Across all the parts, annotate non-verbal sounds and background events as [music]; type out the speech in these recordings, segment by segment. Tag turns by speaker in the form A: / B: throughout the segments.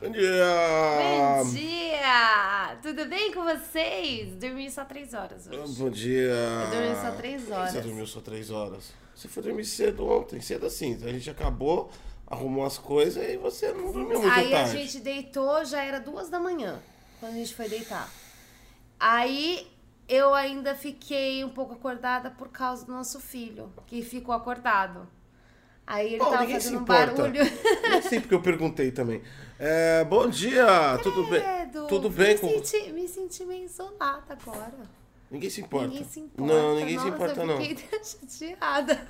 A: Bom dia! Ah,
B: Bom dia! Tudo bem com vocês? Dormi só três horas hoje.
A: Bom dia!
B: Eu dormi só três horas.
A: Você dormiu só três horas? Você foi dormir cedo ontem, cedo assim. A gente acabou, arrumou as coisas e você não dormiu muito
B: Aí a
A: tarde.
B: gente deitou, já era duas da manhã, quando a gente foi deitar. Aí eu ainda fiquei um pouco acordada por causa do nosso filho, que ficou acordado. Aí ele
A: Bom,
B: tava
A: ninguém se
B: fazendo um
A: importa. [laughs]
B: barulho.
A: Não sei porque eu perguntei também. É, bom dia! Tudo bem?
B: Credo,
A: Tudo bem
B: É, me
A: com
B: senti, me senti meio isolada agora.
A: Ninguém se importa.
B: Ninguém se importa.
A: Não, ninguém
B: Nossa,
A: se importa,
B: eu
A: não.
B: fiquei [laughs] até chateada.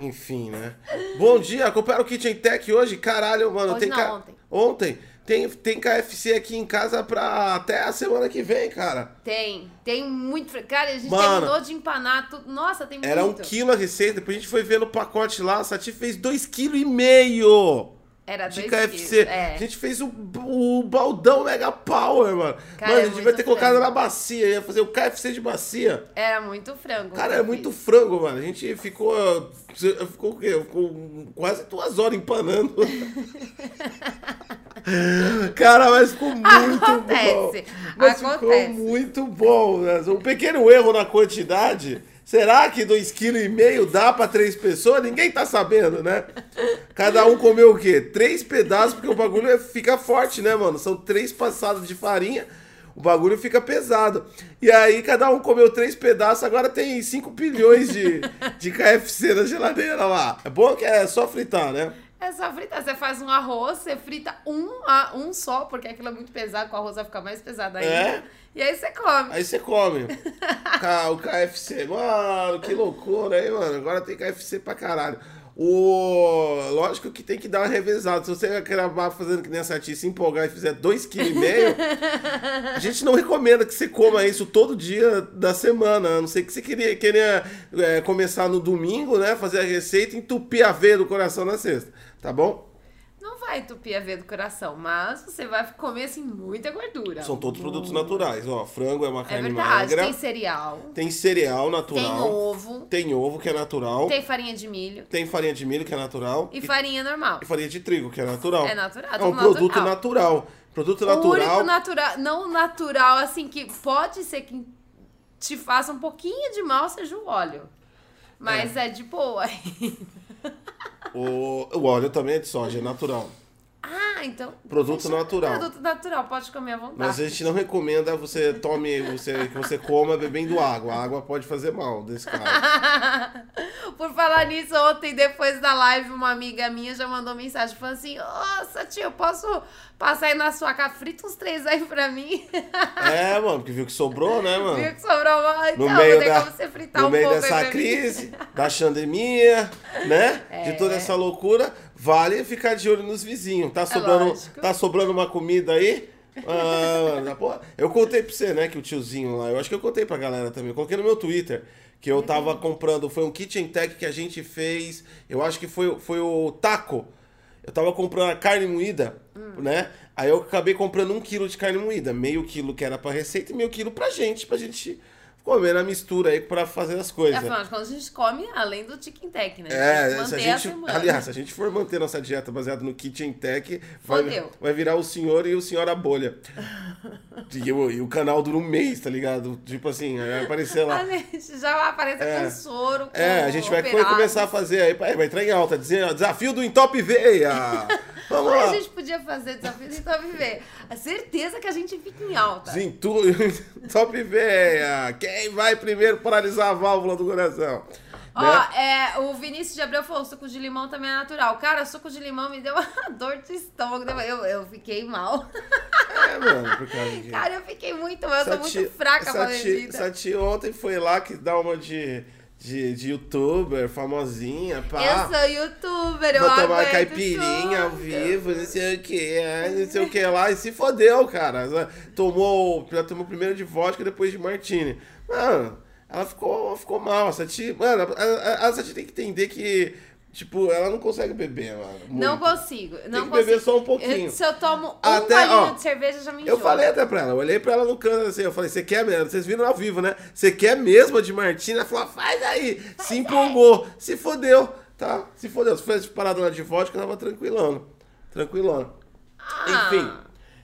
A: Enfim, né? Bom dia, compara o Kitchen Tech hoje. Caralho, mano.
B: Hoje
A: tem
B: não,
A: K-
B: ontem.
A: Ontem. Tem, tem KFC aqui em casa pra até a semana que vem, cara.
B: Tem, tem muito. fre- Cara, a gente
A: Mano.
B: terminou de empanar tudo. Nossa, tem muito.
A: Era um quilo a receita, depois a gente foi ver no pacote lá, a Sati fez dois kg e meio
B: Era
A: de
B: dois
A: KFC.
B: quilos, é.
A: A gente fez o, o baldão Mega Power, mano.
B: Cara,
A: mano, a
B: é
A: gente vai
B: muito
A: ter colocado
B: frango.
A: na bacia, ia fazer o KFC de bacia.
B: Era muito frango.
A: Cara,
B: que
A: é
B: eu
A: muito
B: fiz.
A: frango, mano. A gente ficou. Ficou o quê? Ficou quase duas horas empanando.
B: [laughs]
A: Cara, mas ficou muito
B: Acontece,
A: bom. Mas
B: acontece.
A: ficou muito bom. né? Um pequeno erro na quantidade. Será que 2,5 kg dá pra três pessoas? Ninguém tá sabendo, né? Cada um comeu o quê? Três pedaços, porque o bagulho é- fica forte, né, mano? São três passadas de farinha, o bagulho fica pesado. E aí cada um comeu três pedaços, agora tem 5 bilhões de, de KFC na geladeira lá. É bom que é só fritar, né?
B: É só fritar. Você faz um arroz, você frita um, a um só, porque aquilo é muito pesado, com o arroz vai ficar mais pesado ainda.
A: É?
B: E aí você come.
A: Aí você come. [laughs] Ca- O KFC, mano, que loucura, hein, mano? Agora tem KFC pra caralho. O... Lógico que tem que dar uma revezada. Se você acabar fazendo que nem essa tia se empolgar e fizer 2,5kg, a gente não recomenda que você coma isso todo dia da semana. A não sei que você queria, queria é, começar no domingo, né? Fazer a receita e entupir a veia do coração na sexta, tá bom?
B: Não vai entupir a veia do coração, mas você vai comer, assim, muita gordura.
A: São todos produtos naturais, ó. Frango é uma
B: É
A: carne
B: verdade.
A: magra.
B: Tem cereal,
A: Tem cereal natural.
B: tem ovo,
A: Tem ovo, que é natural. Tem,
B: tem farinha de milho
A: farinha de milho, que é natural.
B: e farinha normal.
A: e farinha de trigo, que é natural.
B: É natural,
A: É um
B: tudo
A: produto
B: natural.
A: natural. Produto
B: O
A: natural.
B: único natural, não natural, assim, que pode ser que te faça um pouquinho de mal seja o óleo. Mas é, de boa. [laughs]
A: O, o óleo também é de soja, é natural.
B: ah, então.
A: Produto
B: deixa-
A: natural.
B: Produto natural, pode comer à vontade.
A: Mas a gente não recomenda você tome, você, que você coma bebendo água. A água pode fazer mal nesse
B: [laughs]
A: caso.
B: [laughs] Por falar nisso, ontem, depois da live, uma amiga minha já mandou mensagem falando assim: Nossa, tio, posso passar aí na sua casa? Frita uns três aí pra mim. [laughs]
A: É, mano, porque viu que sobrou, né, mano?
B: Viu que sobrou uma.
A: No
B: Então,
A: meio,
B: tem
A: da,
B: como você fritar
A: no
B: um
A: meio
B: pouco aí
A: dessa
B: pra mim.
A: crise, da pandemia, né? De
B: É.
A: toda essa loucura, vale ficar de olho nos vizinhos. Tá sobrando,
B: lógico.
A: tá sobrando uma comida aí? Ah, da porra. eu contei pra você, né, que o tiozinho lá, eu acho que eu contei pra galera também, eu coloquei no meu Twitter, que eu tava comprando, foi um kitchen tech que a gente fez, eu acho que foi, foi o taco, eu tava comprando a carne moída, né, aí eu acabei comprando um quilo de carne moída, meio quilo que era pra receita e meio quilo pra gente, pra gente comer na mistura aí pra fazer as coisas.
B: Afinal de contas, a gente come além do chicken tech, né? Tem
A: É,
B: que
A: se a
B: manter
A: gente,
B: semana.
A: aliás, se a gente for manter nossa dieta baseada no Kitchen Tech, vai,
B: Fodeu.
A: vai virar o senhor e o senhora bolha. e, eu- e o canal dura um mês, tá ligado? Tipo assim, vai aparecer lá.
B: A gente já aparece
A: É.
B: com soro, com
A: É, a gente vai
B: operário.
A: começar a fazer aí, vai vai entrar em alta, dizendo desafio do Entop Veia. Vamos
B: Mas
A: lá.
B: a gente podia fazer desafios então viver. A certeza que a gente fica em alta.
A: Zintu... [laughs] Top Veia. Quem vai primeiro paralisar a válvula do coração?
B: Ó,
A: Né?
B: é, o Vinícius de Abreu falou, suco de limão também é natural. Cara, suco de limão me deu uma [laughs] dor de estômago. Eu, eu fiquei mal.
A: É, mano, por causa de...
B: Cara, eu fiquei muito mal. Eu sou
A: Sati-
B: muito fraca pra
A: Sati-
B: bebida.
A: Sati ontem foi lá que dá uma de, de, de youtuber, famosinha,
B: Eu
A: pá.
B: sou youtuber, eu
A: Vou tomar
B: aguento
A: caipirinha ao
B: tudo.
A: vivo, não sei o que, não sei o que lá, e se fodeu, cara. Tomou, já tomou primeiro de vodka, depois de martini. Mano, ela ficou, ficou mal, a Sati. Mano, a, a, a Sati tem que entender que, tipo, ela não consegue beber, mano.
B: Não
A: muito.
B: consigo. Não
A: que
B: consigo.
A: beber só um pouquinho.
B: Eu- Se eu tomo um
A: Até,
B: palhinho
A: ó,
B: de cerveja, já me enjoo.
A: Eu falei até pra ela, eu olhei pra ela no canto assim, eu falei, você quer mesmo? Vocês viram ao vivo, né? Você quer mesmo a de Martina? Ela falou, faz aí. se empolgou, se fodeu, tá? Se fodeu. Se fosse parada lá de vodka, eu tava tranquilão. Tranquilão. Enfim,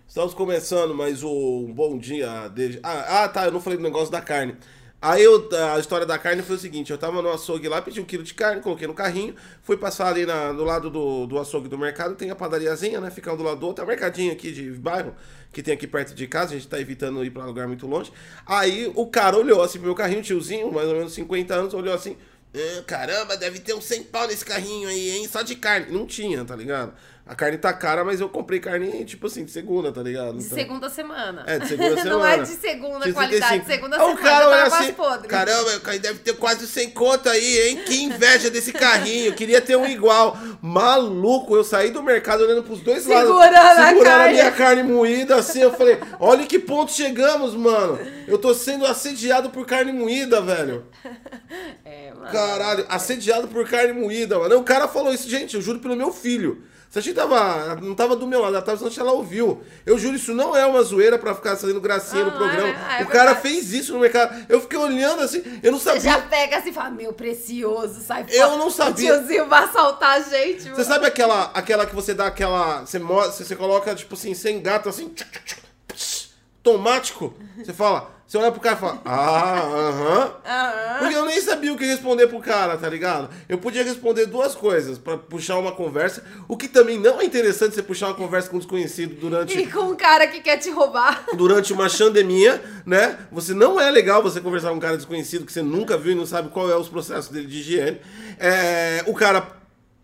A: estamos começando mais um bom dia. Desde... Ah, ah, tá, eu não falei do negócio da carne. Aí eu- a história da carne foi o seguinte: eu tava no açougue lá, pedi um quilo de carne, coloquei no carrinho, fui passar ali na- do lado do, do açougue do mercado, tem a padariazinha, né? Fica um do lado do outro, é um mercadinho aqui de bairro, que tem aqui perto de casa, a gente tá evitando ir pra lugar muito longe. Aí o cara olhou assim pro meu carrinho, tiozinho, mais ou menos 50 anos, olhou assim: "Ah, caramba, deve ter uns 100 pau nesse carrinho aí, hein? Só de carne. Não tinha, tá ligado? A carne tá cara, mas eu comprei carne, tipo assim, de segunda, tá ligado?
B: De
A: Então-
B: segunda semana.
A: é, de segunda semana.
B: [laughs] Não é de segunda
A: Tinha
B: qualidade,
A: 35.
B: segunda
A: Aí o
B: semana.
A: cara
B: eu
A: olha
B: tava com as
A: assim,
B: podres.
A: Caramba, o cara deve ter quase 100 conto aí, hein? Que inveja desse carrinho. Queria ter um igual. Maluco, eu saí do mercado olhando pros dois
B: Segurando a
A: lados. segurando
B: carne.
A: minha carne moída, assim. Eu falei, olha que ponto chegamos, mano. Eu tô sendo assediado por carne moída, velho.
B: [laughs] É, mano.
A: Caralho, assediado por carne moída, mano. O cara falou isso, gente, eu juro pelo meu filho. Se a gente tava, não tava do meu lado, ela tava, senão ela ouviu. Eu juro, isso não é uma zoeira pra ficar fazendo gracinha no
B: Ah,
A: programa.
B: é, é
A: o cara
B: verdade.
A: fez isso no mercado. Eu fiquei olhando assim, eu não
B: Você
A: sabia.
B: já pega assim e fala, meu precioso, sai fora.
A: Eu não sabia.
B: O tiozinho vai assaltar a gente, mano.
A: Você sabe aquela, aquela que você dá aquela, você, mo- você você coloca tipo assim, sem gato assim, tchuc, tchuc, tchuc, pss, tomático. Você fala, você olha pro cara e fala: "Ah, aham".
B: Aham.
A: Porque eu nem sabia o que responder pro cara, tá ligado? Eu podia responder duas coisas pra puxar uma conversa, o que também não é interessante você puxar uma conversa com um desconhecido
B: [laughs]
A: durante,
B: E com um cara que quer te roubar.
A: durante uma chandemia, né? Você não é legal você conversar com um cara desconhecido que você nunca viu e não sabe qual é os processos dele de higiene. É, o cara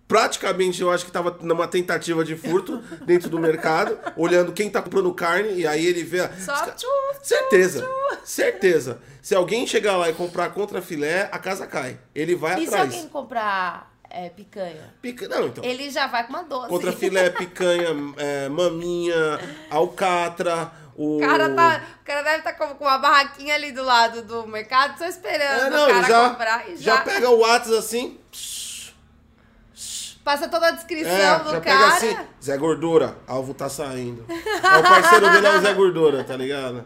A: praticamente eu acho que tava numa tentativa de furto dentro do mercado, olhando quem tá comprando carne e aí ele vê a- os
B: Só
A: ca-
B: tchu,
A: Certeza, certeza. Se alguém chegar lá e comprar contra filé, a casa cai. Ele vai
B: E se
A: É atrás.
B: alguém comprar é, picanha?
A: Pica- Não, então.
B: Ele já vai com uma doce.
A: Contra filé, picanha, é, maminha, alcatra, o...
B: O cara, tá, o cara deve estar com com uma barraquinha ali do lado do mercado, só esperando
A: É, não,
B: o cara
A: já,
B: comprar e
A: já
B: já,
A: pega o WhatsApp assim... psh,
B: passa toda a descrição
A: É, já
B: do
A: pega
B: cara.
A: assim, Zé Gordura, alvo tá saindo. É o parceiro dele é o Zé Gordura, tá ligado?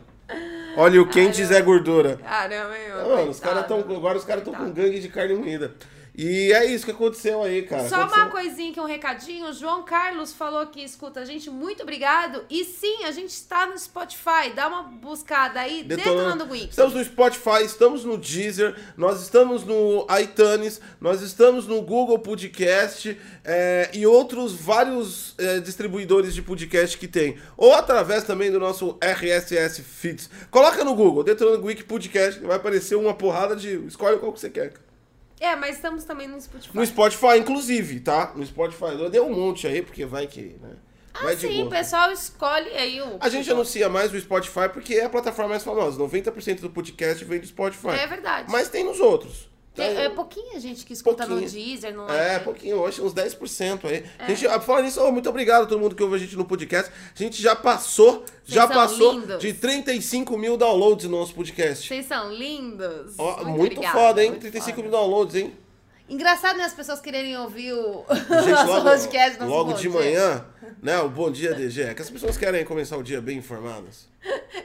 A: Olha o quente Zé Gordura.
B: Caramba, hein, meu,
A: Mano, os
B: coitado.
A: caras tão, agora os caras estão
B: Tá.
A: com gangue de carne moída. E é isso que aconteceu aí, cara.
B: Só
A: Aconteceu-
B: uma coisinha aqui, um recadinho. O João Carlos falou que escuta a gente, muito obrigado. E sim, a gente está no Spotify. Dá uma buscada aí, Detonando, o Geek.
A: Estamos no Spotify, estamos no Deezer, nós estamos no iTunes, nós estamos no Google Podcast é, e outros vários é, distribuidores de podcast que tem. Ou através também do nosso RSS Feeds. Coloca no Google, Detonando Geek Podcast, vai aparecer uma porrada de... Escolhe qual que você quer.
B: É, mas estamos também no Spotify.
A: No Spotify, inclusive, tá? No Spotify. Eu dei um monte aí, porque vai que... Né? Vai
B: ah,
A: de
B: sim, o
A: gosto.
B: pessoal escolhe aí o.
A: A gente anuncia mais o Spotify porque é a plataforma mais famosa. 90% do podcast vem do Spotify.
B: É verdade.
A: Mas tem nos outros. Tá?
B: Tem- é pouquinha gente que escuta
A: Pouquinha.
B: no Deezer, não
A: É,
B: é?
A: pouquinho, acho que uns 10% aí. Gente, ah, fala nisso, ô, muito obrigado a todo mundo que ouve a gente no podcast. A gente já passou, já
B: são
A: passou
B: lindos.
A: de 35 mil downloads no nosso podcast.
B: Vocês são lindos.
A: Ó, muito
B: obrigada,
A: foda, hein?
B: muito
A: 35
B: foda.
A: mil downloads,
B: [laughs]
A: hein?
B: Engraçado, né? As pessoas quererem ouvir o
A: Gente,
B: [laughs] nosso
A: logo,
B: podcast. Nosso
A: logo
B: bom
A: de
B: dia.
A: manhã, né? O bom dia, DG. É que as pessoas querem começar o dia bem informadas.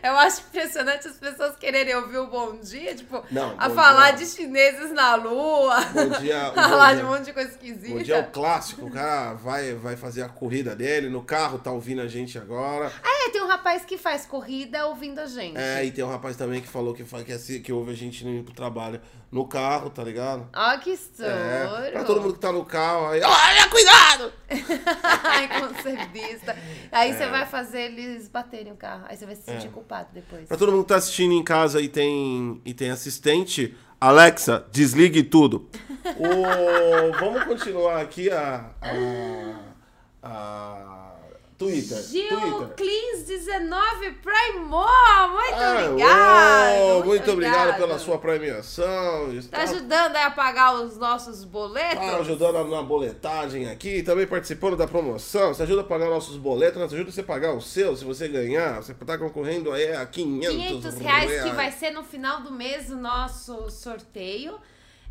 B: Eu acho impressionante as pessoas quererem ouvir o bom dia, tipo,
A: Não,
B: a
A: bom
B: falar
A: dia.
B: de chineses na lua.
A: Bom
B: [laughs]
A: dia, o bom
B: falar de
A: dia.
B: um monte de coisa esquisita.
A: Bom dia é o clássico, o cara vai, vai fazer a corrida dele, no carro tá ouvindo a gente agora.
B: Ah, é, tem um rapaz que faz corrida ouvindo a gente.
A: É, e tem um rapaz também que falou que, fa- que, assi- que ouve a gente indo pro trabalho no carro, tá ligado?
B: Ó, que estouro.
A: É, pra todo mundo que tá no carro aí, olha, cuidado!
B: [laughs] Ai, conservista. Aí
A: É.
B: você vai fazer eles baterem o carro. Aí você vai se sentir culpado depois.
A: Pra todo mundo que tá assistindo em casa e tem, e tem assistente, Alexa, desligue
B: [laughs]
A: tudo. Ô, vamos continuar aqui a... a, a Twitter, Twitter.
B: Gilclins19 Primor, muito
A: Ah,
B: obrigado.
A: ô, muito, obrigado. pela sua premiação.
B: Tá ajudando aí a pagar os nossos boletos?
A: Tá ajudando na boletagem aqui, também participando da promoção. Você ajuda a pagar nossos boletos, nós ajuda você a pagar o seu. Se você ganhar, você tá concorrendo aí a 500,
B: 500 reais que vai ser no final do mês o nosso sorteio.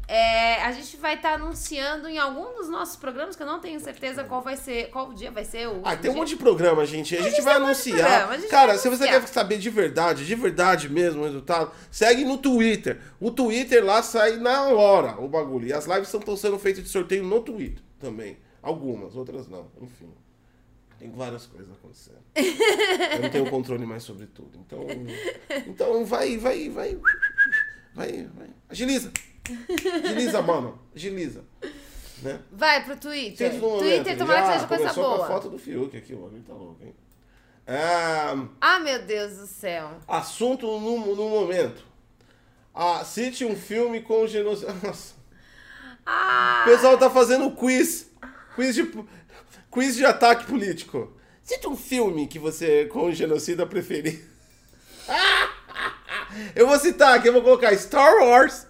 B: É, a gente vai estar anunciando em algum dos nossos programas, que eu não tenho certeza qual vai ser, qual o dia vai ser o.
A: Ah,
B: último
A: tem um
B: dia.
A: monte de programa, gente. A, gente,
B: gente
A: vai
B: tem um monte de
A: anunciar.
B: programa, a gente
A: Cara,
B: vai
A: se você
B: anunciar.
A: quer saber de verdade, de verdade mesmo o resultado, segue no Twitter. O Twitter lá sai na hora o bagulho. E as lives estão sendo feitas de sorteio no Twitter também. Algumas, outras não. Enfim. Tem várias coisas acontecendo. Eu não tenho controle mais sobre tudo. Então, então vai, vai, vai. Vai, vai. Agiliza. Agiliza, mano. Agiliza. Né?
B: Vai pro
A: Gente,
B: Twitter.
A: no momento,
B: Twitter, tomara que
A: já
B: seja coisa
A: tá começou com a
B: boa.
A: foto do Fiuk aqui, o homem tá louco, hein? Ah,
B: Ah, meu Deus do céu.
A: assunto no, no momento. Ah, cite um filme com genocídio. [laughs] Nossa.
B: Ah!
A: O pessoal tá fazendo quiz. Quiz de, quiz de ataque político. Cite um filme que você, com genocida, preferir. [laughs] Eu vou citar aqui, eu vou colocar Star Wars.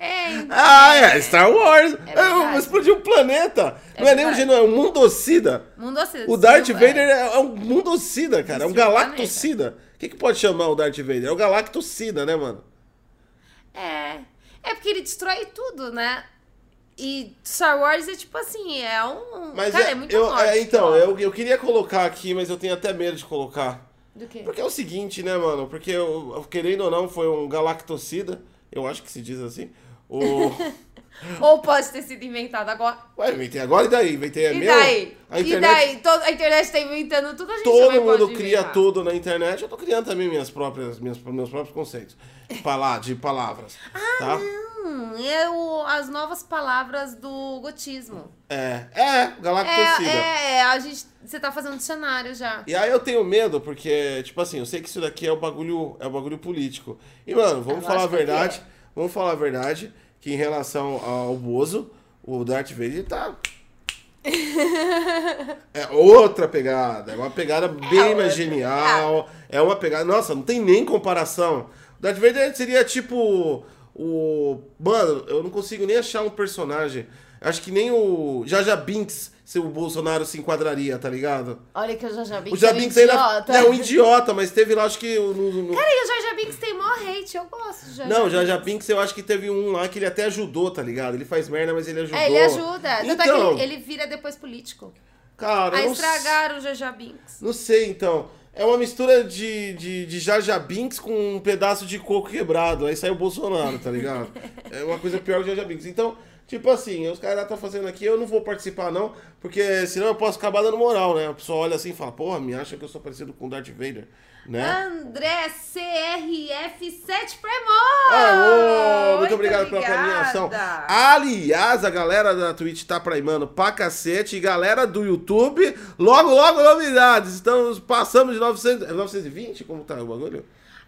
B: Ei,
A: Ah, é, Star Wars.
B: É
A: eu
B: verdade.
A: vou explodir um planeta.
B: É
A: não é nem um
B: verdade.
A: genocida, é um mundocida.
B: mundo assim,
A: O Darth
B: desculpa,
A: Vader é é um mundocida, cara. É um
B: Destruiu o
A: galactocida. O que, que pode chamar o Darth Vader? É o galactocida, né, mano?
B: É. É porque ele destrói tudo, né? E Star Wars é tipo assim, é um.
A: Mas
B: Cara, é, muito
A: eu,
B: morte,
A: é, Então,
B: ó.
A: eu, eu queria colocar aqui, mas eu tenho até medo de colocar.
B: Do quê?
A: Porque é o seguinte, né, mano? Porque, eu, eu, querendo ou não, foi um galactocida. Eu acho que se diz assim.
B: [laughs]
A: O...
B: Ou pode ter sido inventado agora.
A: Ué, inventei agora e daí? Inventei é
B: E
A: meu?
B: daí?
A: A
B: E
A: internet
B: daí? To- A internet tá inventando tudo, a gente
A: todo
B: também
A: mundo
B: pode
A: cria
B: inventar.
A: tudo na internet. Eu tô criando também minhas próprias, minhas, meus próprios conceitos. Pala, de palavras.
B: Ah.
A: tá?
B: Hum, é o- as novas palavras do gotismo.
A: É. É,
B: É,
A: galactocida.
B: é, é, a gente. Você tá fazendo dicionário já.
A: E aí eu tenho medo, porque, tipo assim, eu sei que isso daqui é o bagulho, é o bagulho político. E, mano, vamos
B: É,
A: falar a
B: lógico que
A: verdade.
B: é.
A: Vamos falar a verdade que em relação ao Bozo, o Darth Vader
B: [laughs]
A: tá. É outra pegada. É uma pegada bem
B: outra.
A: mais genial. É uma pegada. Nossa, não tem nem comparação. O Darth Vader seria tipo. O. Mano, eu não consigo nem achar um personagem. Acho que nem o Jaja Binks, se o Bolsonaro se enquadraria, tá ligado?
B: Olha que o Jorge Binks.
A: O Jabinks
B: é um
A: ainda
B: idiota.
A: é um idiota, mas teve lá, acho que. o- No, no-
B: Cara, e o Jorge Binks tem mó hate, eu gosto do Jorge
A: Não, o
B: Binks.
A: Jaja Binks, eu acho que teve um lá que ele até ajudou, tá ligado? Ele faz merda, mas ele ajudou.
B: É, ele ajuda. Tanto é que
A: Então,
B: ele, ele vira depois político.
A: cara,
B: A
A: eu não
B: estragar o Jaja Binks.
A: Não sei, então. É uma mistura de, de, de Jaja Binks com um pedaço de coco quebrado. Aí saiu o Bolsonaro, tá
B: [laughs]
A: ligado? É uma coisa pior que Jaja Binks. Então, tipo assim, os caras estão fazendo aqui, eu não vou participar não, porque senão eu posso acabar dando moral, né? A pessoa olha assim e fala, porra, me acha que eu sou parecido com o Darth Vader, né?
B: André CRF7 Premor!
A: Alô, muito obrigado pela premiação.
B: obrigada.
A: Aliás, a galera da Twitch tá primando pra cacete. E galera do YouTube, logo, logo, novidades. Estamos passando de 900, é 920? Como tá o bagulho?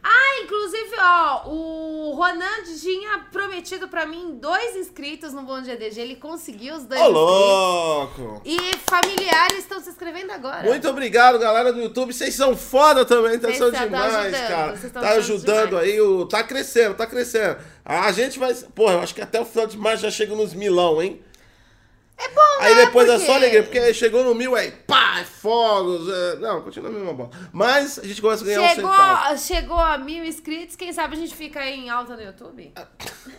B: Ah, inclusive, ó, o Ronan tinha prometido pra mim dois inscritos no Bom Dia DG. Ele conseguiu os dois
A: Ô,
B: inscritos.
A: louco!
B: E familiares estão se inscrevendo agora.
A: Muito obrigado, galera do YouTube. Vocês são foda também, tá
B: Vocês
A: são
B: tá- tá
A: demais,
B: ajudando,
A: cara.
B: vocês tão
A: Tá
B: sendo
A: ajudando
B: demais.
A: aí, o... tá crescendo, tá crescendo. A gente vai. Porra, eu acho que até o final de março já chega nos milão, hein?
B: É bom,
A: Aí
B: né?
A: depois é
B: Porque-
A: só alegria, porque aí chegou no mil aí, pá, é fogos. é- Não, continua a mesma bola. Mas a gente começa a ganhar um centavo.
B: Chegou, chegou a mil inscritos, quem sabe a gente fica aí em alta no YouTube?
A: Ah.
B: [laughs]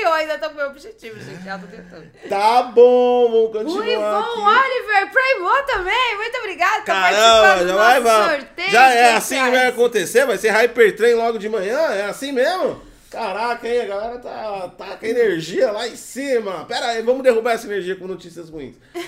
B: Eu ainda tô com o meu objetivo, gente, alta no YouTube.
A: Tá bom, vamos continuar.
B: Ruivon
A: aqui.
B: Oliver Primor também, muito obrigado tá
A: Caramba,
B: participando
A: já
B: do
A: vai,
B: nosso
A: vai.
B: sorteio.
A: Já é
B: gente,
A: assim que
B: guys.
A: vai acontecer, vai ser Hypertrain logo de manhã, é assim mesmo? Caraca, aí a galera tá, tá com a energia lá em cima. Pera aí, vamos derrubar essa energia com notícias ruins. É,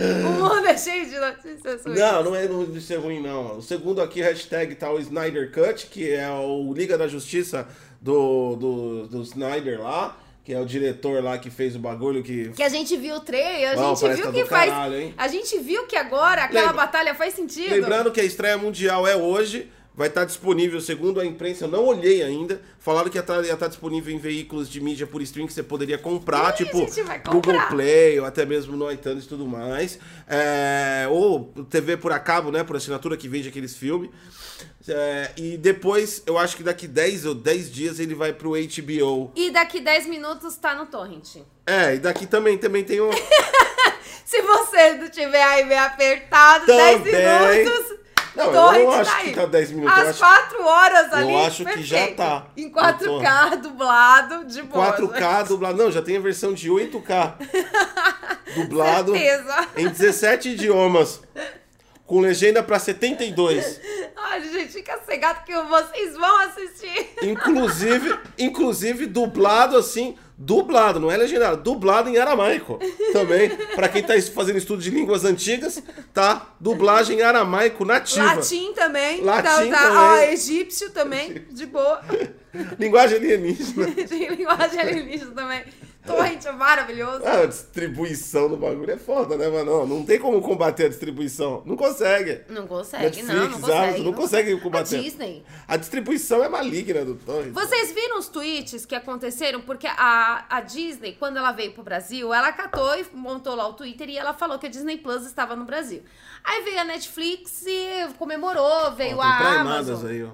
B: O mundo é cheio de notícias ruins.
A: não, não é de ser ruim, não. O segundo aqui, hashtag tá o Snyder Cut, que é o Liga da Justiça do, do, do Snyder lá, que é o diretor lá que fez o bagulho que
B: Que a gente viu o trailer, a
A: Não,
B: gente
A: parece
B: viu
A: tá
B: que
A: do
B: faz.
A: caralho, hein?
B: A gente viu que agora aquela
A: Lembra-
B: batalha faz sentido.
A: Lembrando que a estreia mundial é hoje, vai estar disponível, segundo a imprensa, eu não olhei ainda. Falaram que ia estar, ia estar disponível em veículos de mídia por stream que você poderia comprar,
B: Ih,
A: tipo
B: a gente vai
A: Google
B: comprar.
A: Play, ou até mesmo no iTunes e tudo mais. É, ou TV por a cabo, né? Por assinatura que vende aqueles filmes. É, e depois, eu acho que daqui 10 ou 10 dias ele vai pro HBO.
B: E daqui 10 minutos tá no Torrent.
A: É, e daqui também, também tem
B: [laughs]
A: um.
B: Se você não tiver aí meio apertado, 10
A: Também.
B: minutos.
A: Não, eu
B: torrent
A: não acho
B: tá
A: que
B: aí.
A: tá 10 minutos, eu
B: Às
A: acho-
B: 4 horas ali.
A: eu acho que já
B: perfeito.
A: tá
B: Em
A: no
B: 4K, dublado, de boa. né?
A: 4K dublado. Não, já tem a versão de 8K.
B: [laughs]
A: dublado
B: Certeza.
A: em 17 idiomas. Com legenda pra 72.
B: [laughs] Ai, gente, fica cegado que vocês vão assistir.
A: Inclusive, inclusive dublado assim dublado, não é legendado, dublado em aramaico também. Pra quem tá es- fazendo estudo de línguas antigas, tá dublagem em aramaico nativa.
B: Latim também.
A: Latim
B: tá, tá.
A: também.
B: Ó, egípcio também, de boa. [laughs]
A: Linguagem alienígena.
B: Tem linguagem alienígena também. Torrent é maravilhoso.
A: Ah, a distribuição do bagulho é foda, né, mano? Não, não tem como combater a distribuição. Não consegue.
C: Não consegue,
A: Netflix,
C: não, não consegue.
A: Amazon, não consegue combater.
C: A Disney.
A: A distribuição é maligna do Torres.
B: É Vocês viram os tweets que aconteceram? Porque a, a Disney, quando ela veio pro Brasil, ela catou e montou lá o Twitter e ela falou que a Disney Plus estava no Brasil. Aí veio a Netflix e comemorou,
A: Ó, tem
B: veio a
A: primadas
B: Amazon.
A: aí, ó.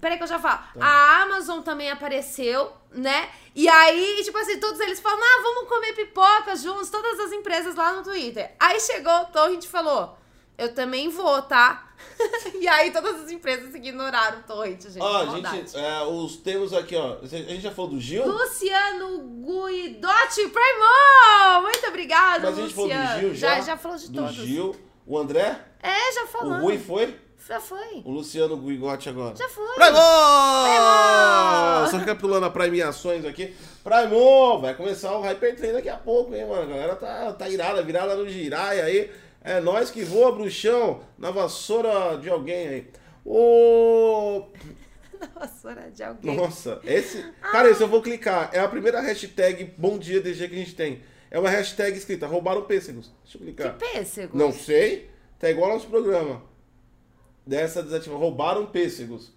B: Peraí que eu já falo.
A: Tá.
B: A Amazon também apareceu, né? E aí, tipo assim, todos eles falam, ah, vamos comer pipoca juntos, todas as empresas lá no Twitter. Aí chegou o Torrent e falou, eu também vou, tá? [laughs] e aí todas as empresas ignoraram o Torrent, gente.
A: Ó, a
B: maldade.
A: gente, é, os termos aqui, ó. A gente já falou do Gil?
B: Luciano Guidotti Primo! Muito obrigado,
A: Mas a gente falou
B: Luciano.
A: do Gil já?
C: Já, já falou de
A: do
C: todos.
A: Gil. O André?
C: É, já falou.
A: O Rui foi?
C: Já foi.
A: [laughs] O Luciano Guigotti agora.
C: Já foi.
A: Primo! Só recapitulando a premiações aqui. Primo, vai começar o Hyper Train daqui a pouco, hein, mano? A galera tá, tá irada, virada no giraia aí. É nós que voa, bruxão, na vassoura de alguém aí. Ô,
B: Vassoura de alguém.
A: Nossa,
B: [laughs]
A: esse.
B: Ah.
A: Cara, esse eu vou clicar. É a primeira hashtag Bom Dia DG que a gente tem. É uma hashtag escrita, roubaram pêssegos. Deixa eu
C: Que
A: clicar.
C: pêssego.
A: Não sei. Tá igual ao nosso programa. Dessa desativa, roubaram pêssegos.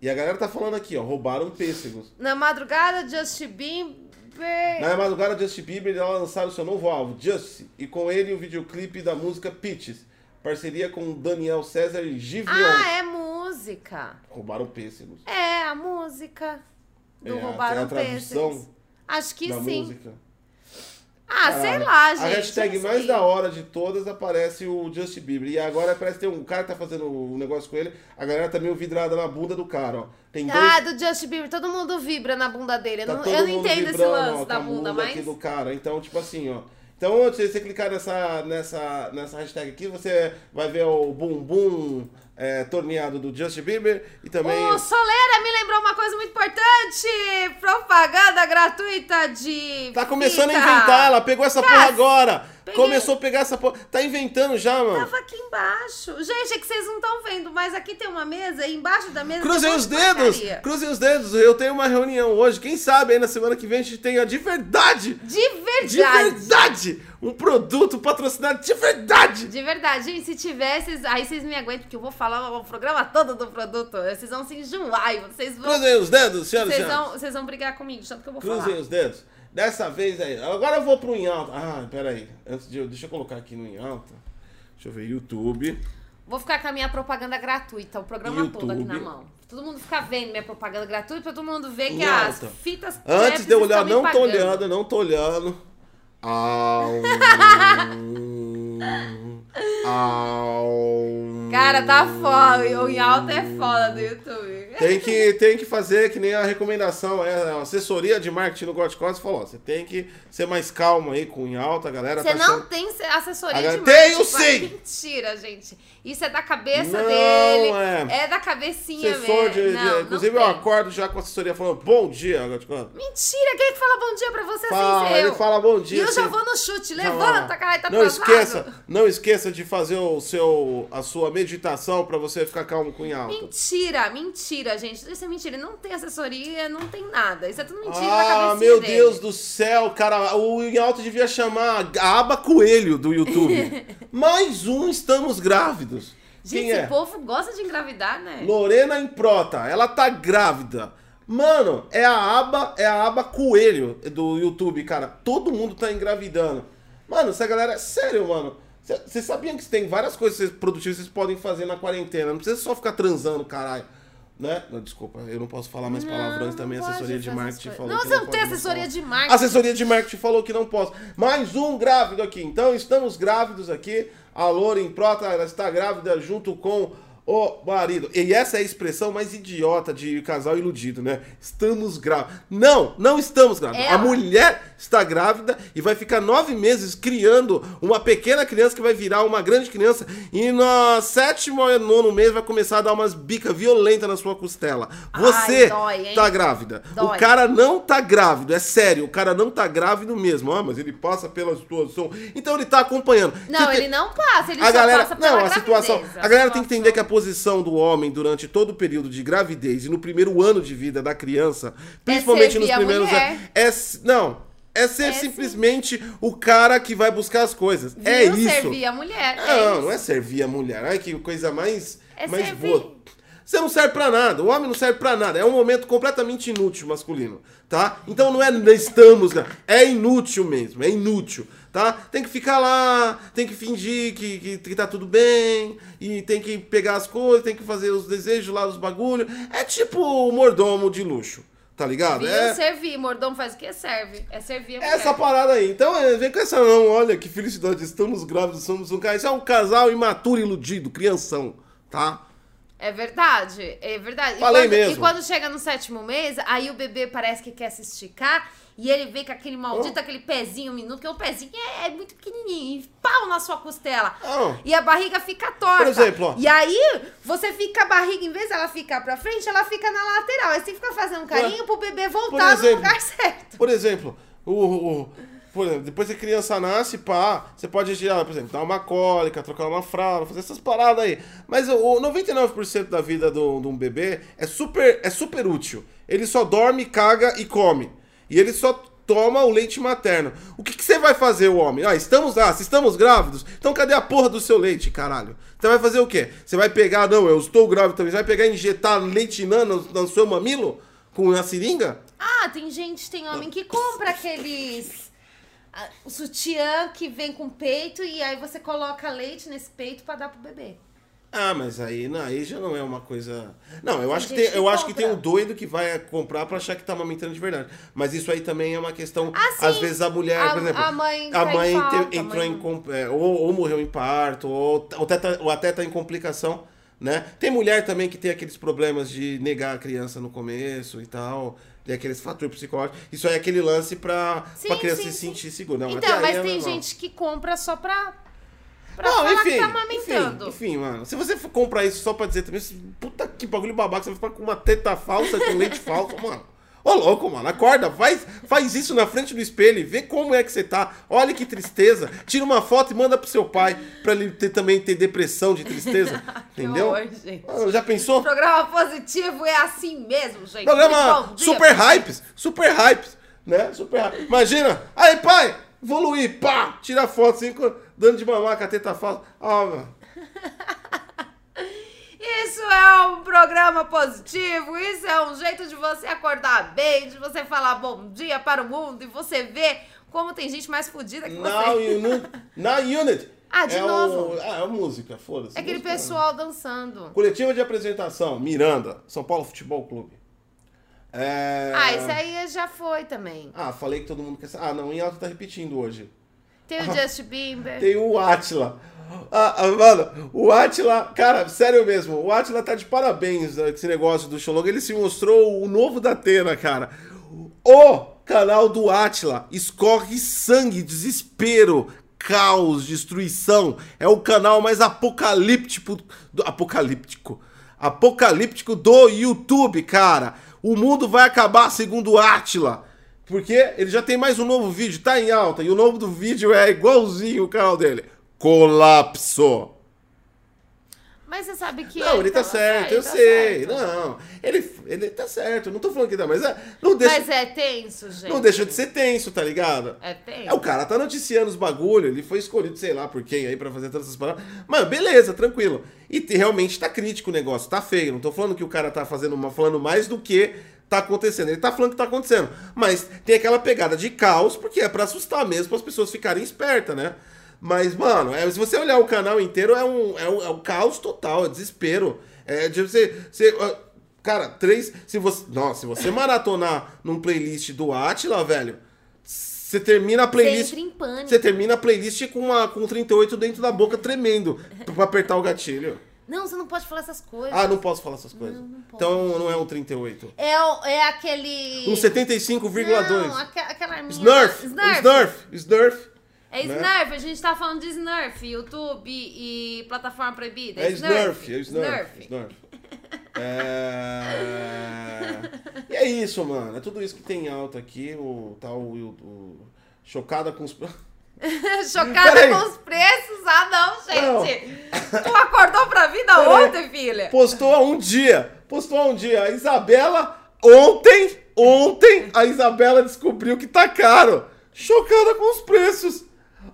A: E a galera tá falando aqui, ó, roubaram pêssegos.
B: Na madrugada, Justin Bieber...
A: Na madrugada, Justin Bieber ela lançaram seu novo álbum, Just, e com ele o videoclipe da música Peaches, parceria com Daniel César e Givion.
B: Ah, é música.
A: Roubaram pêssegos.
B: É, a música do
A: É,
B: Roubaram
A: tem a tradução
B: Pêssegos. Acho que
A: da
B: sim.
A: música.
B: Ah,
A: Caralho.
B: sei lá, gente.
A: A hashtag
B: não
A: mais
B: sei.
A: da hora de todas aparece o Justin Bieber. E agora parece que tem um cara que tá fazendo um negócio com ele. A galera tá meio vidrada na bunda do cara, ó. Tem dois.
B: Ah, do Justin Bieber. Todo mundo vibra na bunda dele. Eu
A: tá
B: não,
A: todo
B: eu não
A: mundo
B: entendo esse
A: vibrando,
B: lance
A: ó,
B: da
A: com a
B: bunda,
A: aqui
B: mas...
A: do cara. Então, tipo assim, ó. Então, se você clicar nessa, nessa, nessa hashtag aqui, você vai ver o bumbum é, torneado do Justin Bieber e também.
B: O Solera me lembrou uma coisa muito importante. Propaganda gratuita de
A: Tá começando
B: fita.
A: a inventar, ela pegou essa porra agora!
B: peguei.
A: Começou a pegar essa porra. Tá inventando já, mano.
B: Tava aqui embaixo. Gente, é que vocês não estão vendo, mas aqui tem uma mesa e embaixo da mesa...
A: Cruzem
B: tem um
A: os
B: monte de
A: dedos!
B: porcaria.
A: Cruzem os dedos! Eu tenho uma reunião hoje. Quem sabe aí na semana que vem a gente tenha de verdade!
B: De
A: De
B: verdade.
A: verdade! Um produto patrocinado de verdade!
B: De verdade, gente, se tivesse, aí vocês me aguentam, porque eu vou falar o programa todo do produto. Vocês vão se enjoar e vocês vão.
A: Cruzem os dedos, senhoras e
B: Vocês
A: senhores!
B: vão, vocês vão brigar comigo, tanto que eu vou
A: Cruzem
B: falar.
A: os dedos. Dessa vez aí. Agora eu vou pro em alta. Ah, peraí. Antes de eu, deixa eu colocar aqui no em alta. Deixa eu ver YouTube.
B: Vou ficar com a minha propaganda gratuita, o programa todo aqui na
A: YouTube.
B: mão. Todo mundo ficar vendo minha propaganda gratuita, pra todo mundo ver que
A: Em
B: as
A: alta.
B: fitas.
A: Antes
B: crepes
A: de eu olhar,
B: estão me
A: não tô
B: pagando.
A: olhando, não tô olhando. Au. Au.
B: [laughs] Cara, tá foda. O em alta é foda do YouTube.
A: Tem que, tem que fazer que nem a recomendação, é, a assessoria de marketing no Gold Costa falou, ó, você tem que ser mais calmo aí com em alta, a galera
B: Você
A: tá
B: não
A: achando-
B: tem se- assessoria
A: Agora,
B: de
A: tenho
B: marketing, pai.
A: sim!
B: Mentira, gente. Isso é da cabeça
A: Não,
B: dele.
A: é.
B: É. da cabecinha
A: Assessor
B: mesmo.
A: de, de-
B: Não, não
A: inclusive eu
B: tem.
A: acordo já com a assessoria falando, bom dia, Gold Costa.
B: Mentira, quem é que fala bom dia pra você
A: Fala,
B: sem ser eu?
A: ele fala bom dia.
B: E eu já
A: assim,
B: vou no chute.
A: já
B: Levanta,
A: fala.
B: caralho, tá
A: não
B: atrasado.
A: esqueça, não esqueça de fazer o seu, a sua meditação pra você ficar calmo com em alta.
B: Mentira, mentira, gente. Isso é mentira. Ele Não tem assessoria, não tem nada. Isso é tudo mentira da
A: Ah,
B: cabecinha
A: meu
B: dele.
A: Deus do céu, cara, o Em Alto devia chamar a Aba Coelho do
B: [laughs]
A: YouTube. Mais um Estamos Grávidos.
B: Gente,
A: Quem
B: esse
A: é?
B: povo gosta de engravidar, né?
A: Lorena Improta, ela tá grávida. Mano, é a aba, é a aba coelho do YouTube, cara. Todo mundo tá engravidando. Mano, essa galera é sério, mano. Vocês sabiam que tem várias coisas cês- produtivas que vocês podem fazer na quarentena. Não precisa só ficar transando, caralho. Né? Não, desculpa, eu não posso falar mais palavrões
B: não
A: também. A
B: pode
A: assessoria de
B: fazer
A: marketing
B: essas
A: falou.
B: coisas.
A: que
B: Não, você não
A: pode
B: tem
A: mais
B: assessoria
A: falar.
B: de marketing.
A: A assessoria de marketing falou que não posso. Mais um grávido aqui. Então, estamos grávidos aqui. A Loren Prota ela está grávida junto com Ô, marido, e essa é a expressão mais idiota de casal iludido, né? Estamos grávidos. Não, não estamos grávidos.
B: Ela.
A: A mulher está grávida e vai ficar nove meses criando uma pequena criança que vai virar uma grande criança e no sétimo ou nono mês vai começar a dar umas bicas violentas na sua costela. Você
B: Ai, dói, hein?
A: tá grávida.
B: Dói.
A: O cara não tá grávido, é sério. O cara não tá grávido mesmo. Ah, mas ele passa pela situação. Então ele tá acompanhando.
B: Não,
A: Você
B: ele não passa, ele
A: a
B: só
A: galera,
B: passa pela
A: não, a situação,
B: gravidez,
A: a galera tem
B: situação.
A: que entender que a posição do homem durante todo o período de gravidez e no primeiro ano de vida da criança, principalmente
B: servir
A: nos
B: a
A: primeiros
B: É mulher.
A: anos, é s- não, é ser
B: É
A: simplesmente o cara que vai buscar as coisas.
B: Viu
A: É isso.
B: servir a mulher. é
A: Não,
B: isso.
A: não é servir a mulher. Ai, que coisa mais.
B: É
A: mais
B: servir.
A: boa. Você não serve pra nada. O homem não serve pra nada. É um momento completamente inútil masculino, tá? Então não é não estamos, né? é inútil mesmo, é inútil, tá? Tem que ficar lá, tem que fingir que, que, que tá tudo bem, e tem que pegar as coisas, tem que fazer os desejos lá, os bagulhos. É tipo o mordomo de luxo, tá ligado?
B: Viu
A: É,
B: servir. Mordomo faz o que? Serve. É servir a mulher.
A: essa parada aí. Então, é, vem com essa não. Olha que felicidade. Estamos grávidos, somos um casal. Isso é um casal imaturo, iludido, crianção, tá?
B: É verdade, é verdade. E
A: Falei
B: quando,
A: mesmo.
B: E quando chega no sétimo mês, aí o bebê parece que quer se esticar e ele vem com aquele maldito,
A: Oh.
B: aquele pezinho minuto, porque o pezinho é, é muito pequenininho, e pau na sua costela.
A: Ah.
B: E a barriga fica torta.
A: Por exemplo, ó.
B: E aí, você fica a barriga, em vez dela ficar pra frente, ela fica na lateral. Aí você fica fazendo um carinho pro bebê voltar no
A: exemplo.
B: lugar certo.
A: Por exemplo, o, o- por exemplo, depois que a criança nasce, pá, você pode tirar, por exemplo, dar uma cólica, trocar uma fralda, fazer essas paradas aí. Mas o, o 99% da vida do- de um bebê é super, é super útil. Ele só dorme, caga e come. E ele só toma o leite materno. O que, que você vai fazer, o homem? Ah, estamos lá, se estamos grávidos, então cadê a porra do seu leite, caralho? Você vai fazer o quê? Você vai pegar, não, eu estou grávido também, você vai pegar e injetar leite nã no, no seu mamilo? Com a seringa?
B: Ah, tem gente, tem homem que compra aqueles. ah, O sutiã que vem com peito e aí você coloca leite nesse peito pra dar pro bebê.
A: Ah, mas aí, não, aí já não é uma coisa. Não, eu acho que
B: gente
A: tem,
B: que
A: eu acho que tem um
B: compra.
A: doido que vai comprar pra achar que tá amamentando de verdade. Mas isso aí também é uma questão.
B: Ah, sim.
A: Às vezes a mulher,
B: A-
A: por exemplo,
B: a mãe
A: a
B: tá em
A: mãe
B: falta,
A: te-
B: a
A: entrou
B: mãe
A: em
B: não-
A: com- é, ou, ou morreu em parto, ou, ou, até tá, ou até tá em complicação, né? Tem mulher também que tem aqueles problemas de negar a criança no começo e tal. Tem aqueles fatores psicológicos. Isso aí é aquele lance pra,
B: Sim,
A: pra criança
B: sim,
A: se
B: sim.
A: sentir segura. Não, até
B: então,
A: aí
B: mas
A: é
B: tem
A: normal.
B: gente que compra só pra. pra falar que tá amamentando.
A: Enfim, enfim, mano. Se você for comprar isso só pra dizer também, esse- puta que bagulho babaca, você vai ficar com uma teta falsa, com leite falso, [laughs] mano. Ô louco, mano, acorda, faz, faz isso na frente do espelho e vê como é que você tá. Olha que tristeza. Tira uma foto e manda pro seu pai, pra ele ter- também ter depressão de
B: [laughs]
A: tristeza. entendeu?
B: horror, gente.
A: Mano, já
B: O
A: pensou?
B: programa positivo é assim mesmo, gente.
A: Programa
B: Muito bom dia.
A: Super Hypes, Super Hypes, né? Super Hypes. Imagina, aí pai, evoluir, pá, tira foto, assim, co- dando de mamar com a teta falsa. Ah, mano.
B: Isso é um programa positivo, isso é um jeito de você acordar bem, de você falar bom dia para o mundo e você ver como tem gente mais fodida que
A: Now,
B: você. É
A: you nu- now Unit.
B: Ah, de
A: é o-
B: novo.
A: ah, é a música, foda-se.
B: É aquele
A: Música.
B: pessoal dançando.
A: Coletiva de apresentação, Miranda, São Paulo Futebol Clube. É...
B: Ah, isso aí já foi também.
A: Ah, falei que todo mundo quer saber. Ah, não, em alta tá repetindo hoje.
B: Tem
A: [laughs]
B: o Justin Bieber.
A: Tem o Atila. Ah, ah, mano, o Atila, cara, sério mesmo, o Atila tá de parabéns né, com esse negócio do Xolong. Ele se mostrou o novo da Atena, cara. O canal do Atila escorre sangue, desespero, caos, destruição. É o canal mais apocalíptico. Do, apocalíptico. Apocalíptico do YouTube, cara. O mundo vai acabar segundo o Atila. Porque ele já tem mais um novo vídeo, tá em alta, e o nome do vídeo é igualzinho o canal dele. Colapso.
B: Mas você sabe que. é
A: não, ele tá, certo,
B: ele
A: eu
B: tá
A: sei.
B: certo.
A: Não, ele, ele tá certo. Não tô falando que tá, mas é, não, deixa,
B: Mas é tenso, gente.
A: não deixa de ser tenso, tá ligado?
B: É tenso.
A: É, o cara tá noticiando os bagulho, ele foi escolhido, sei lá por quem aí pra fazer todas essas paradas. Mano, beleza, tranquilo. E te- realmente tá crítico o negócio, tá feio. Não tô falando que o cara tá fazendo uma, falando mais do que tá acontecendo. Ele tá falando que tá acontecendo. Mas tem aquela pegada de caos, porque é pra assustar mesmo, as pessoas ficarem espertas, né? Mas, mano, é- se você olhar o canal inteiro, é um, é um, é um caos total, é desespero. É de você. você ah, cara, três. Se você, nossa, se você maratonar num playlist do Atila, velho, você termina a playlist.
B: entra em pânico.
A: Você termina a playlist com, uma, com um 38 dentro da boca tremendo pra apertar o gatilho.
C: Não, você não pode falar essas coisas.
A: Ah, não posso falar essas coisas.
C: Não, não pode.
A: Então não é um 38.
C: É, o- é aquele.
A: Um
C: Não,
A: 75,2.
C: aque- aquela arminha.
A: Snurf! Um
B: tá Snurf.
A: Snurf! Snurf!
B: É
A: né?
B: Snurf, a gente tá falando de Snurf, YouTube e plataforma proibida.
A: É Snurf, é Snurf. Snurf. É... [laughs] E é isso, mano. É tudo isso que tem em alta aqui. O tal. o- o- Chocada com os. [laughs]
B: [laughs] Chocada
A: Peraí.
B: com os preços. Ah, não, gente. Tu acordou pra vida
A: Peraí.
B: ontem, filha?
A: Postou há um dia. Postou há um dia. A Isabela, ontem, ontem, a Isabela descobriu que tá caro. Chocada com os preços.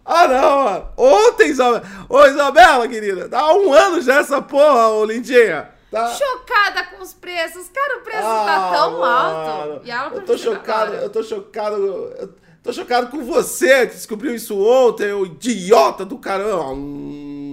A: Ah, não, mano. Ontem, Isabela. Ô, Isabela, querida, dá um ano já essa porra, ô lindinha. Tá?
B: Chocada com os preços. Cara, o preço
A: Ah,
B: tá tão
A: mano.
B: alto. E ela
A: eu tô
B: percebeu
A: chocado,
B: agora.
A: eu tô chocado. Eu tô chocado com você que descobriu isso ontem, ô idiota do caramba. Hum.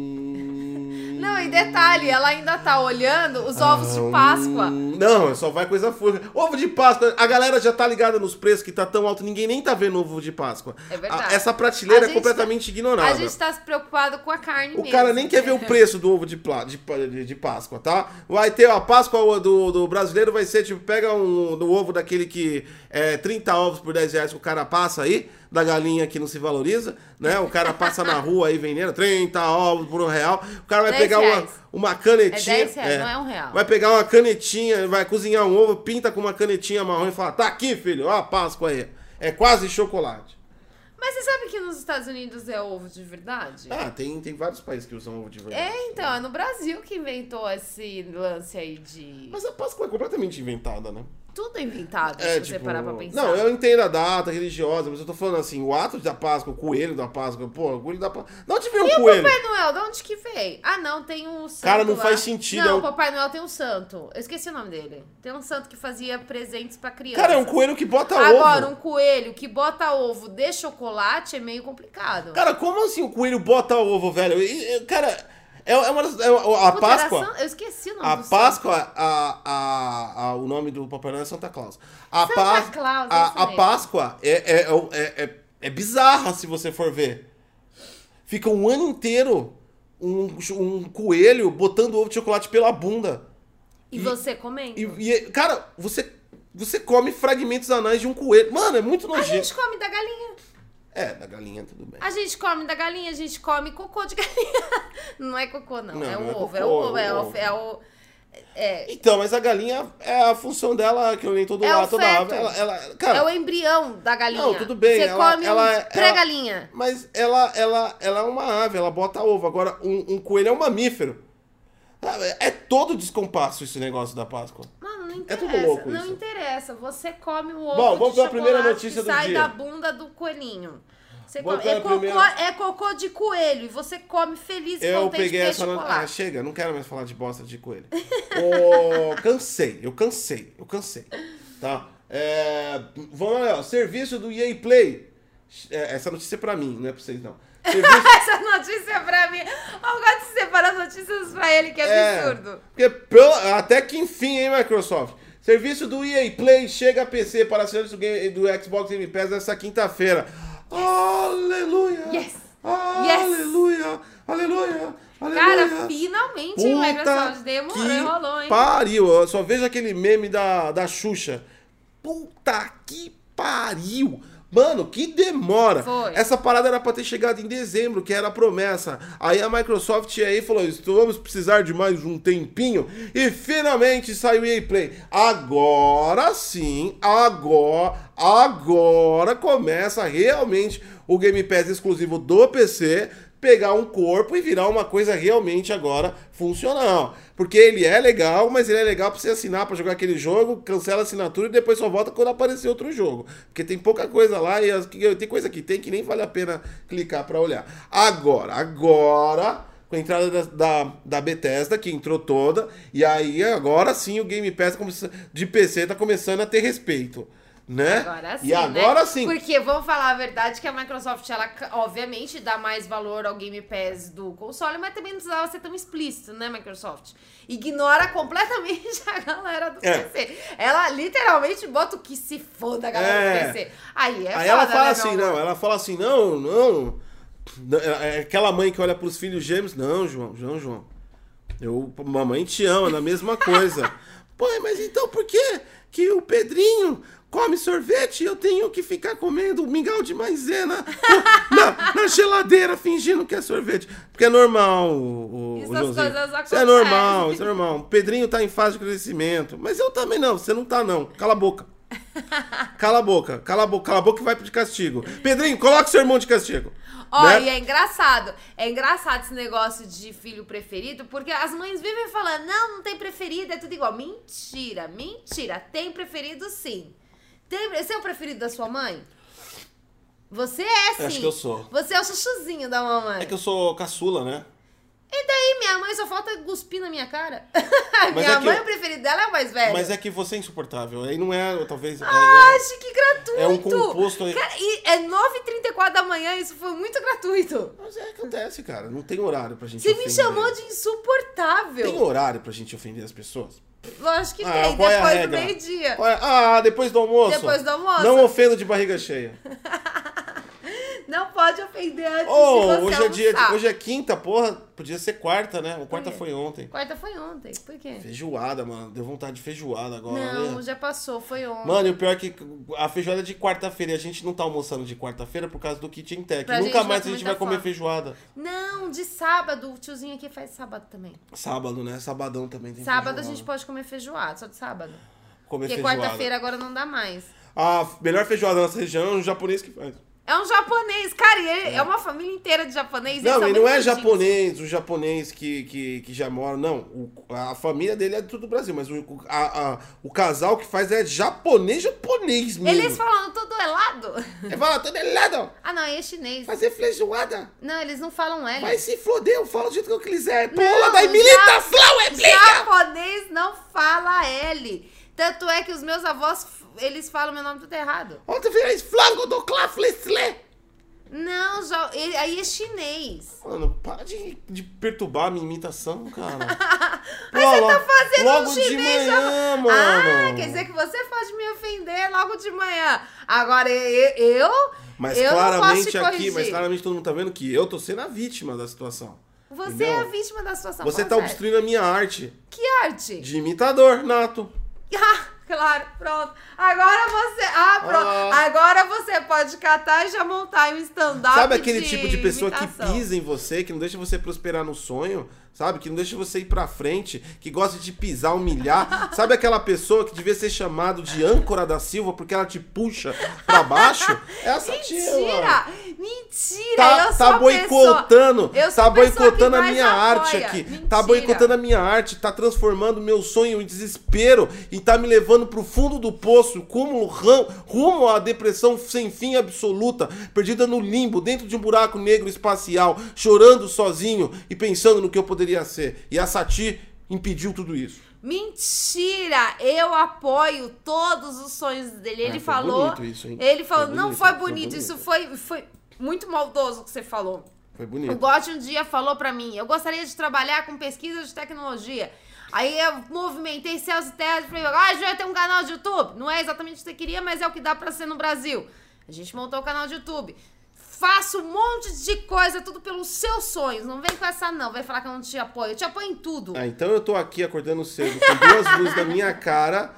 B: Não, e detalhe, ela ainda tá olhando os ovos de Páscoa.
A: Hum, Não, só vai coisa furca. Ovo de Páscoa, a galera já tá ligada nos preços que tá tão alto, ninguém nem tá vendo ovo de Páscoa.
B: É verdade.
A: A- essa prateleira
B: A
A: é
B: gente
A: completamente ignorada.
B: A gente tá se preocupado com a carne
A: O
B: mesmo.
A: cara nem quer ver o preço do ovo de, pla- de, pa- de- de Páscoa, tá? Vai ter a Páscoa do, do brasileiro, vai ser tipo, pega um do ovo daquele que é 30 ovos por 10 reais que o cara passa aí, da galinha que não se valoriza, né? O cara passa na rua aí vendendo 30 ovos por um real. O cara vai
B: 10
A: pegar uma,
B: reais.
A: uma canetinha.
B: É 10 reais, não é um real.
A: Vai pegar uma canetinha, vai cozinhar um ovo, pinta com uma canetinha marrom e fala: tá aqui, filho, ó a Páscoa aí. É quase chocolate.
B: [laughs] Mas você sabe que nos Estados Unidos é ovo de verdade?
A: Ah, tem, tem vários países que usam ovo de verdade.
B: É, então, é no Brasil que inventou esse lance aí de.
A: Mas a Páscoa é completamente inventada, né? tipo,
B: Tudo é inventado, se você parar pra pensar.
A: Não, eu entendo a data religiosa, mas eu tô falando assim, o ato da Páscoa, o coelho da Páscoa, pô, o coelho da Páscoa. Não te veio um coelho.
B: Papai Noel, de onde que veio? Ah, não, tem um santo.
A: Cara, não
B: lá.
A: faz sentido, é
B: Não,
A: um-
B: Papai Noel tem um santo. Eu esqueci o nome dele. Tem um santo que fazia presentes pra criança.
A: Cara, é um coelho que bota
B: Agora,
A: ovo.
B: um coelho que bota ovo de chocolate é meio complicado.
A: Cara, como assim o coelho bota ovo, velho? E, e, Cara, é, é uma das. é uma- a
B: Puta, era
A: Páscoa.
B: san- Eu esqueci o nome
A: A
B: do santo.
A: Páscoa, a, a, a- o nome do Papai Noel é Santa Claus. A
B: Santa
A: Pás-
B: Claus, é isso
A: a, a
B: mesmo.
A: Páscoa é, é, é, é, é bizarra se você for ver. Fica um ano inteiro um, cho- um coelho botando ovo de chocolate pela bunda.
B: E você comendo?
A: E, e, cara, você, você come fragmentos anais de um coelho. Mano, é muito
B: A
A: nojento.
B: gente come da galinha.
A: É, da galinha tudo bem.
B: A gente come da galinha, a gente come cocô de [laughs] galinha. Não é cocô, não.
A: Não,
B: é
A: não
B: o
A: é
B: ovo, é o
A: cocô,
B: ovo, é
A: é o
B: o.
A: ovo.
B: É o... É,
A: Então, mas a galinha, é a função dela, que eu nem todo
B: É o
A: lado toda
B: feto.
A: ela, ela,
B: é
A: cara,
B: o embrião da galinha.
A: Ah. Não, tudo bem,
B: Você
A: ela-
B: come
A: ela-
B: um
A: ela-
B: pré-galinha.
A: Mas ela, ela, ela é uma ave, ela bota ovo. Agora, um, um coelho é um mamífero. Sabe, É todo descompasso esse negócio da Páscoa.
B: Mano, não
A: É tudo
B: interessa.
A: louco
B: não
A: isso.
B: interessa. Você come o ovo
A: Bom, vamos
B: de
A: pra primeira
B: chocolate
A: notícia
B: que
A: do
B: sai
A: dia.
B: da bunda do coelhinho. Você
A: Vou
B: come.
A: pela
B: É cocô,
A: primeira-
B: é cocô de coelho. E você come feliz e
A: Eu
B: contente
A: peguei
B: porque é
A: essa. no- Ah,
B: chocolate.
A: chega, não quero mais falar de bosta de coelho. Ô, [laughs] cansei, eu cansei, eu cansei. Tá? É, vamos lá, ó. Serviço do EA Play. É, essa notícia é pra mim, não é pra vocês, não. Serviço
B: [laughs] Essa notícia é pra mim. Eu gosto de separar as notícias pra ele, que é absurdo.
A: Porque pela- até que enfim, hein, Microsoft? Serviço do EA Play chega a PC para assinantes do, game- do Xbox Game Pass nesta quinta-feira. Aleluia!
B: Yes.
A: Aleluia! Aleluia! Aleluia!
B: Cara, finalmente, hein, Microsoft? Demorou,
A: que
B: enrolou, hein?
A: Pariu, eu só vejo aquele meme da, da Xuxa. Puta que pariu! Mano, que demora!
B: Foi.
A: Essa parada era pra ter chegado em dezembro, que era a promessa. Aí a Microsoft aí falou: "Isso, vamos precisar de mais um tempinho. E finalmente saiu o EA Play. Agora sim, agora, agora começa realmente o Game Pass exclusivo do PC pegar um corpo e virar uma coisa realmente agora funcional. Porque ele é legal, mas ele é legal pra você assinar pra jogar aquele jogo, cancela a assinatura e depois só volta quando aparecer outro jogo. Porque tem pouca coisa lá e as- que- tem coisa que tem que nem vale a pena clicar pra olhar. Agora, agora, com a entrada da, da, da Bethesda, que entrou toda, e aí agora sim o Game Pass começa- de PC tá começando a ter respeito. Né?
B: Agora sim,
A: e agora
B: né?
A: sim.
B: Porque vamos falar a verdade que a Microsoft, ela obviamente dá mais valor ao Game Pass do console, mas também não precisava ser tão explícito, né, Microsoft? Ignora completamente [laughs] a galera do
A: É.
B: PC. Ela literalmente bota o que se foda a galera
A: É.
B: do PC. Aí é
A: Aí
B: foda,
A: ela fala
B: né,
A: assim,
B: meu amor?
A: não, ela fala assim, não, é, não. É Aquela mãe que olha pros filhos gêmeos, não, João, João, João. Eu, mamãe te ama, na mesma coisa. [laughs] Pô, mas então por que que o Pedrinho come sorvete e eu tenho que ficar comendo mingau de maisena [laughs] na, na geladeira fingindo que é sorvete? Porque é normal, o, o
B: Essas
A: o Joãozinho.
B: coisas
A: Isso é
B: acontecem.
A: normal, isso é normal. O Pedrinho tá em fase de crescimento. Mas eu também não, você não tá não. Cala a boca. Cala a boca, cala a boca, cala a boca e vai de castigo. Pedrinho, coloca seu irmão de castigo.
B: Ó,
A: né?
B: e é engraçado. É engraçado esse negócio de filho preferido, porque as mães vivem falando, não, não tem preferido, é tudo igual. Mentira, mentira. Tem preferido sim. Tem, você é o preferido da sua mãe? Você é, sim.
A: Eu acho que eu sou.
B: Você é o chuchuzinho da mamãe.
A: É que eu sou caçula, né?
B: E daí, minha mãe só falta cuspir na minha cara. [laughs]
A: Mas
B: minha
A: é que
B: mãe,
A: eu-
B: o preferido dela é o mais velho. Ah,
A: Mas é que você é insuportável. Aí não é, talvez. é- é-
B: Acho que gratuito!
A: É um composto aí.
B: Cara, e é 9h34 da manhã, isso foi muito gratuito.
A: Mas é que acontece, cara. Não tem horário pra gente
B: Você me
A: ofender.
B: chamou de insuportável.
A: Tem horário pra gente ofender as pessoas?
B: Lógico que
A: Ah,
B: tem,
A: qual é a
B: depois do
A: regra?
B: meio-dia.
A: Olha, ah, depois do almoço?
B: Depois do almoço.
A: Não ofenda de barriga
B: [laughs]
A: cheia.
B: Não pode ofender antes
A: Oh,
B: de você
A: hoje é, dia,
B: almoçar.
A: hoje é quinta, porra. Podia ser quarta, né? O quarta
B: quê?
A: foi ontem.
B: Quarta foi ontem, por quê?
A: Feijoada, mano. Deu vontade de feijoada agora,
B: Não,
A: né?
B: já passou, foi ontem.
A: Mano, e o pior é que a feijoada é de quarta-feira e a gente não tá almoçando de quarta-feira por causa do Kitchen Tech.
B: Pra gente
A: Nunca
B: não
A: mais a
B: comer
A: gente vai
B: muita
A: comer
B: fome.
A: feijoada.
B: Não, de sábado, o tiozinho aqui faz sábado também.
A: Sábado, né? Sabadão também tem
B: sábado a
A: feijoada.
B: gente pode comer feijoada, só de sábado.
A: comer
B: Porque
A: feijoada.
B: quarta-feira agora não dá mais.
A: A melhor feijoada da nossa região é um japonês que faz.
B: É um japonês, cara, e ele- é, uma família inteira de japonês. eles
A: Não,
B: são
A: e não
B: muito
A: é
B: doidinhos.
A: japonês, o japonês que, que, que já mora, não. O- a família dele é de tudo do Brasil, mas o, o- a- a- o casal que faz é japonês, japonês mesmo.
B: Eles falando tudo helado.
A: É falar, tô delado,
B: [laughs] Ah, não, aí é chinês.
A: fazer feijoada,
B: Não, eles não falam L.
A: vai se foder, eu falo do jeito que eu quiser. Pula
B: É. Não,
A: daí,
B: já-
A: militação, é briga!
B: Japonês não fala L. Tanto é que os meus avós, f- eles falam meu nome tudo errado.
A: Ontem fez flango do Claflesle.
B: Não, já, ele- aí é chinês.
A: Mano, para de, de perturbar a minha imitação, cara.
B: [laughs] Mas você tá fazendo
A: logo
B: um
A: de
B: chinês já-
A: manhã, mano.
B: Ah, quer dizer que você pode me ofender logo de manhã. Agora, e- e- eu...
A: Mas
B: eu não posso
A: claramente
B: te
A: aqui,
B: corrigir.
A: mas claramente todo mundo tá vendo que eu tô sendo a vítima da situação.
B: Você é a
A: entendeu?
B: vítima da situação.
A: Você
B: fala
A: tá
B: sério.
A: obstruindo a minha arte
B: Que arte? [laughs]
A: de imitador, Nato.
B: Ah, claro, pronto. Agora você. Ah, pronto.
A: Ah.
B: Agora você pode catar e já montar um stand-up.
A: Sabe aquele tipo de pessoa
B: imitação.
A: que pisa em você, que não deixa você prosperar no sonho, sabe? Que não deixa você ir pra frente, que gosta de pisar,
B: [laughs]
A: humilhar. sabe aquela pessoa que devia ser chamado de âncora da Silva porque ela te puxa pra baixo? É
B: [laughs]
A: Essa tia, mano.
B: Mentira! Mentira!
A: Tá,
B: eu sou
A: tá
B: a
A: boicotando,
B: pessoa- eu sou
A: tá
B: a pessoa que
A: boicotando a
B: mais
A: minha
B: apoia.
A: arte aqui, tá
B: Mentira.
A: boicotando a minha arte, tá transformando meu sonho em desespero e tá me levando pro fundo do poço, como ram, rumo à depressão sem fim absoluta, perdida no limbo, dentro de um buraco negro espacial, chorando sozinho e pensando no que eu poderia ser. E a Sati impediu tudo isso.
B: Mentira! Eu apoio todos os sonhos dele.
A: Ah,
B: Ele
A: foi
B: falou.
A: bonito isso, hein?
B: Ele falou,
A: Foi
B: não
A: bonito,
B: foi
A: foi
B: bonito,
A: bonito.
B: isso foi, foi muito maldoso o que você falou.
A: Foi
B: O
A: bonito.
B: Gotti um dia falou pra mim, eu gostaria de trabalhar com pesquisa de tecnologia. Aí eu movimentei céus e terras e falei, ah, a gente vai ter um canal de YouTube. Não é exatamente o que você queria, mas é o que dá pra ser no Brasil. A gente montou o canal de YouTube. Faço um monte de coisa, tudo pelos seus sonhos. Não vem com essa não, vem falar que eu não te apoio. Eu te apoio em tudo.
A: Ah, então eu tô aqui acordando cedo, com duas luzes na minha cara,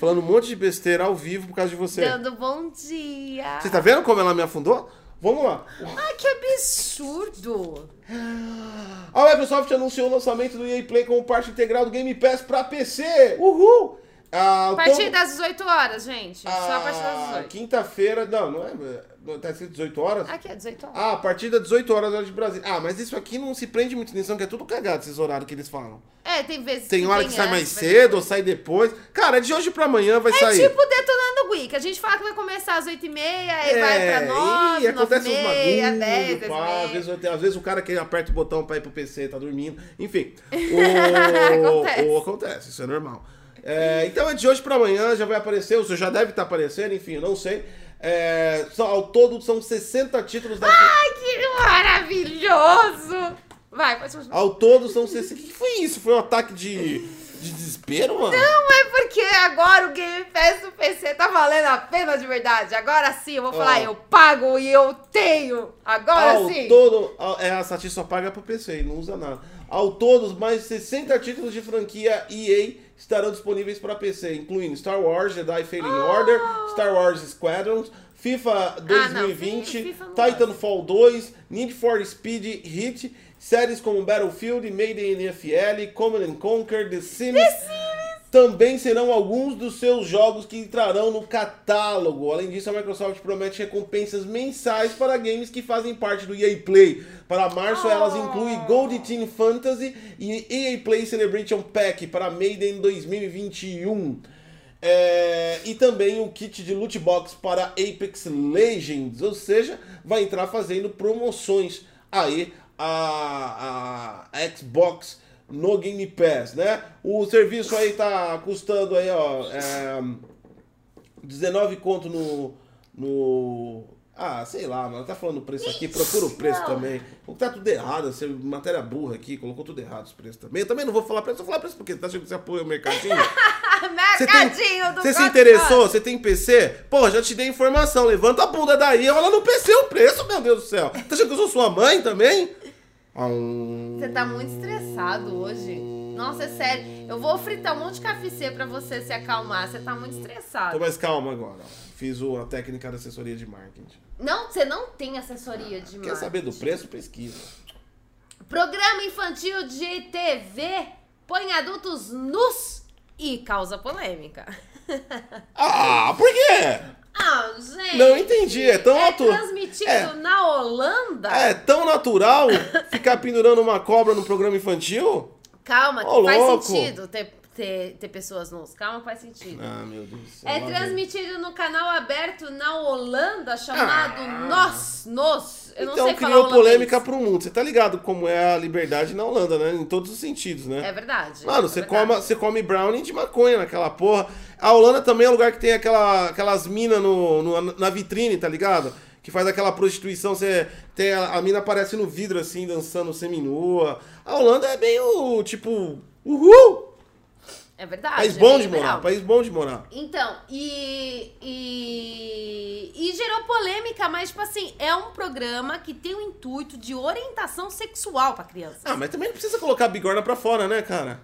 A: falando um monte de besteira ao vivo por causa de você.
B: Dando bom dia.
A: Você tá vendo como ela me afundou? Vamos lá.
B: Ai, que absurdo.
A: A Microsoft anunciou o lançamento do EA Play como parte integral do Game Pass pra PC. Uhul! Ah,
B: A
A: o
B: partir
A: tom-
B: das 18 horas, gente. Só a partir das
A: Ah,
B: 18.
A: Quinta-feira... Não, não é... Tá escrito 18 horas?
B: Aqui é 18 horas.
A: Ah, a partir das 18 horas hora de Brasília. Ah, mas isso aqui não se prende muito nisso, não, que é tudo cagado esses horários que eles falam.
B: É, tem vezes
A: Ah, Tem hora
B: vem
A: que sai mais
B: antes, vai-
A: cedo, ou sai depois. Cara, é de hoje pra amanhã vai
B: É
A: sair.
B: tipo detonando o Wiki. A gente fala que vai começar às 8h30, aí vai pra
A: e
B: 9, 9
A: É, acontece
B: h
A: uns
B: 30
A: bagulho,
B: 10,
A: pá, às,
B: 10
A: vezes, eu tenho- às vezes o cara que aperta o botão pra ir pro PC tá dormindo. Enfim.
B: [laughs] Acontece.
A: O, o, acontece, isso é normal. É, então é de hoje pra amanhã, já vai aparecer, ou seja, já deve estar aparecendo, enfim, eu não sei. É, só- ao todo são 60 títulos da.
B: Ai, que maravilhoso! Vai, pode continuar.
A: Ao todo são 60. O que que foi isso? Foi um ataque de, de desespero, mano?
B: Não, é porque
D: Porque agora o Game Pass do PC tá valendo a pena de verdade. Agora sim, eu vou falar, eu pago e eu tenho. Agora
A: Ao
D: sim.
A: todo, ao- é, a Sati só paga pro PC e não usa nada. Ao todo, mais de 60 títulos de franquia EA estarão disponíveis para PC, incluindo Star Wars Jedi Fallen Order, Star Wars Squadrons, FIFA
D: Ah! não,
A: 2020,
D: fi- FIFA não
A: Titanfall 2, Need for Speed Hit, séries como Battlefield, Mayday NFL, Command and Conquer, The Sims, também serão alguns dos seus jogos que entrarão no catálogo. Além disso, a Microsoft promete recompensas mensais para games que fazem parte do EA Play. Para março, elas incluem Gold Team Fantasy e EA Play Celebration Pack para Maiden 2021. É, e também um kit de loot box para Apex Legends, ou seja, vai entrar fazendo promoções aí a, a Xbox no Game Pass, né? O serviço aí tá custando aí, ó, é, 19 conto no, no... Ah, sei lá, mano, tá falando o preço aqui, procura o preço também. O que tá tudo errado, essa matéria burra aqui, colocou tudo errado os preços também. Eu também não vou falar preço, eu vou falar preço porque tá achando que você apoia o mercadinho? Você tem-
D: [laughs] Mercadinho do
A: Você se
D: God
A: interessou? Você tem PC? Pô, já te dei informação. Levanta a bunda daí e olha no PC o preço, meu Deus do céu. Tá achando que eu sou sua mãe também? Ah, um...
B: Você tá muito estressado hoje. Nossa, é sério. Eu vou fritar um monte de café pra você se acalmar. Você tá muito
A: Tô
B: estressado.
A: mais calma agora. Fiz o- a técnica da assessoria de marketing.
B: Não, você não tem assessoria de
A: Ah, Quer
B: marketing.
A: saber do preço? Pesquisa.
B: Programa infantil de TV põe adultos nus e causa polêmica. [laughs]
A: Ah, por quê?
B: Ah, gente.
A: Não entendi. É tão
B: É
A: atu-
B: transmitido
A: É.
B: na Holanda?
A: É tão natural ficar pendurando uma cobra no programa infantil?
B: Calma, que
A: Ô,
B: faz
A: louco.
B: sentido ter, ter, ter pessoas nus. Calma, que faz sentido.
A: Ah, meu Deus do céu.
B: É
A: lá vem.
B: transmitido no canal aberto na Holanda chamado
A: Ah.
B: Nós, Nos. Eu não
A: então
B: sei falar
A: criou
B: holandês.
A: polêmica pro mundo. Você tá ligado como é a liberdade na Holanda, né? Em todos os sentidos, né?
B: É verdade.
A: Mano,
B: é
A: você,
B: verdade.
A: coma, você come brownie de maconha naquela porra. A Holanda também é um lugar que tem aquela, aquelas minas no, no- na vitrine, tá ligado? Que faz aquela prostituição, você tem a, a mina aparece no vidro assim, dançando seminua. A Holanda é meio, tipo, uhul!
B: É verdade.
A: País
B: é
A: bom
B: bem
A: de morar,
B: liberal.
A: país bom de morar.
B: Então, e, e. E gerou polêmica, mas, tipo assim, é um programa que tem o intuito de orientação sexual pra criança.
A: Ah, mas também não precisa colocar a bigorna pra fora, né, cara?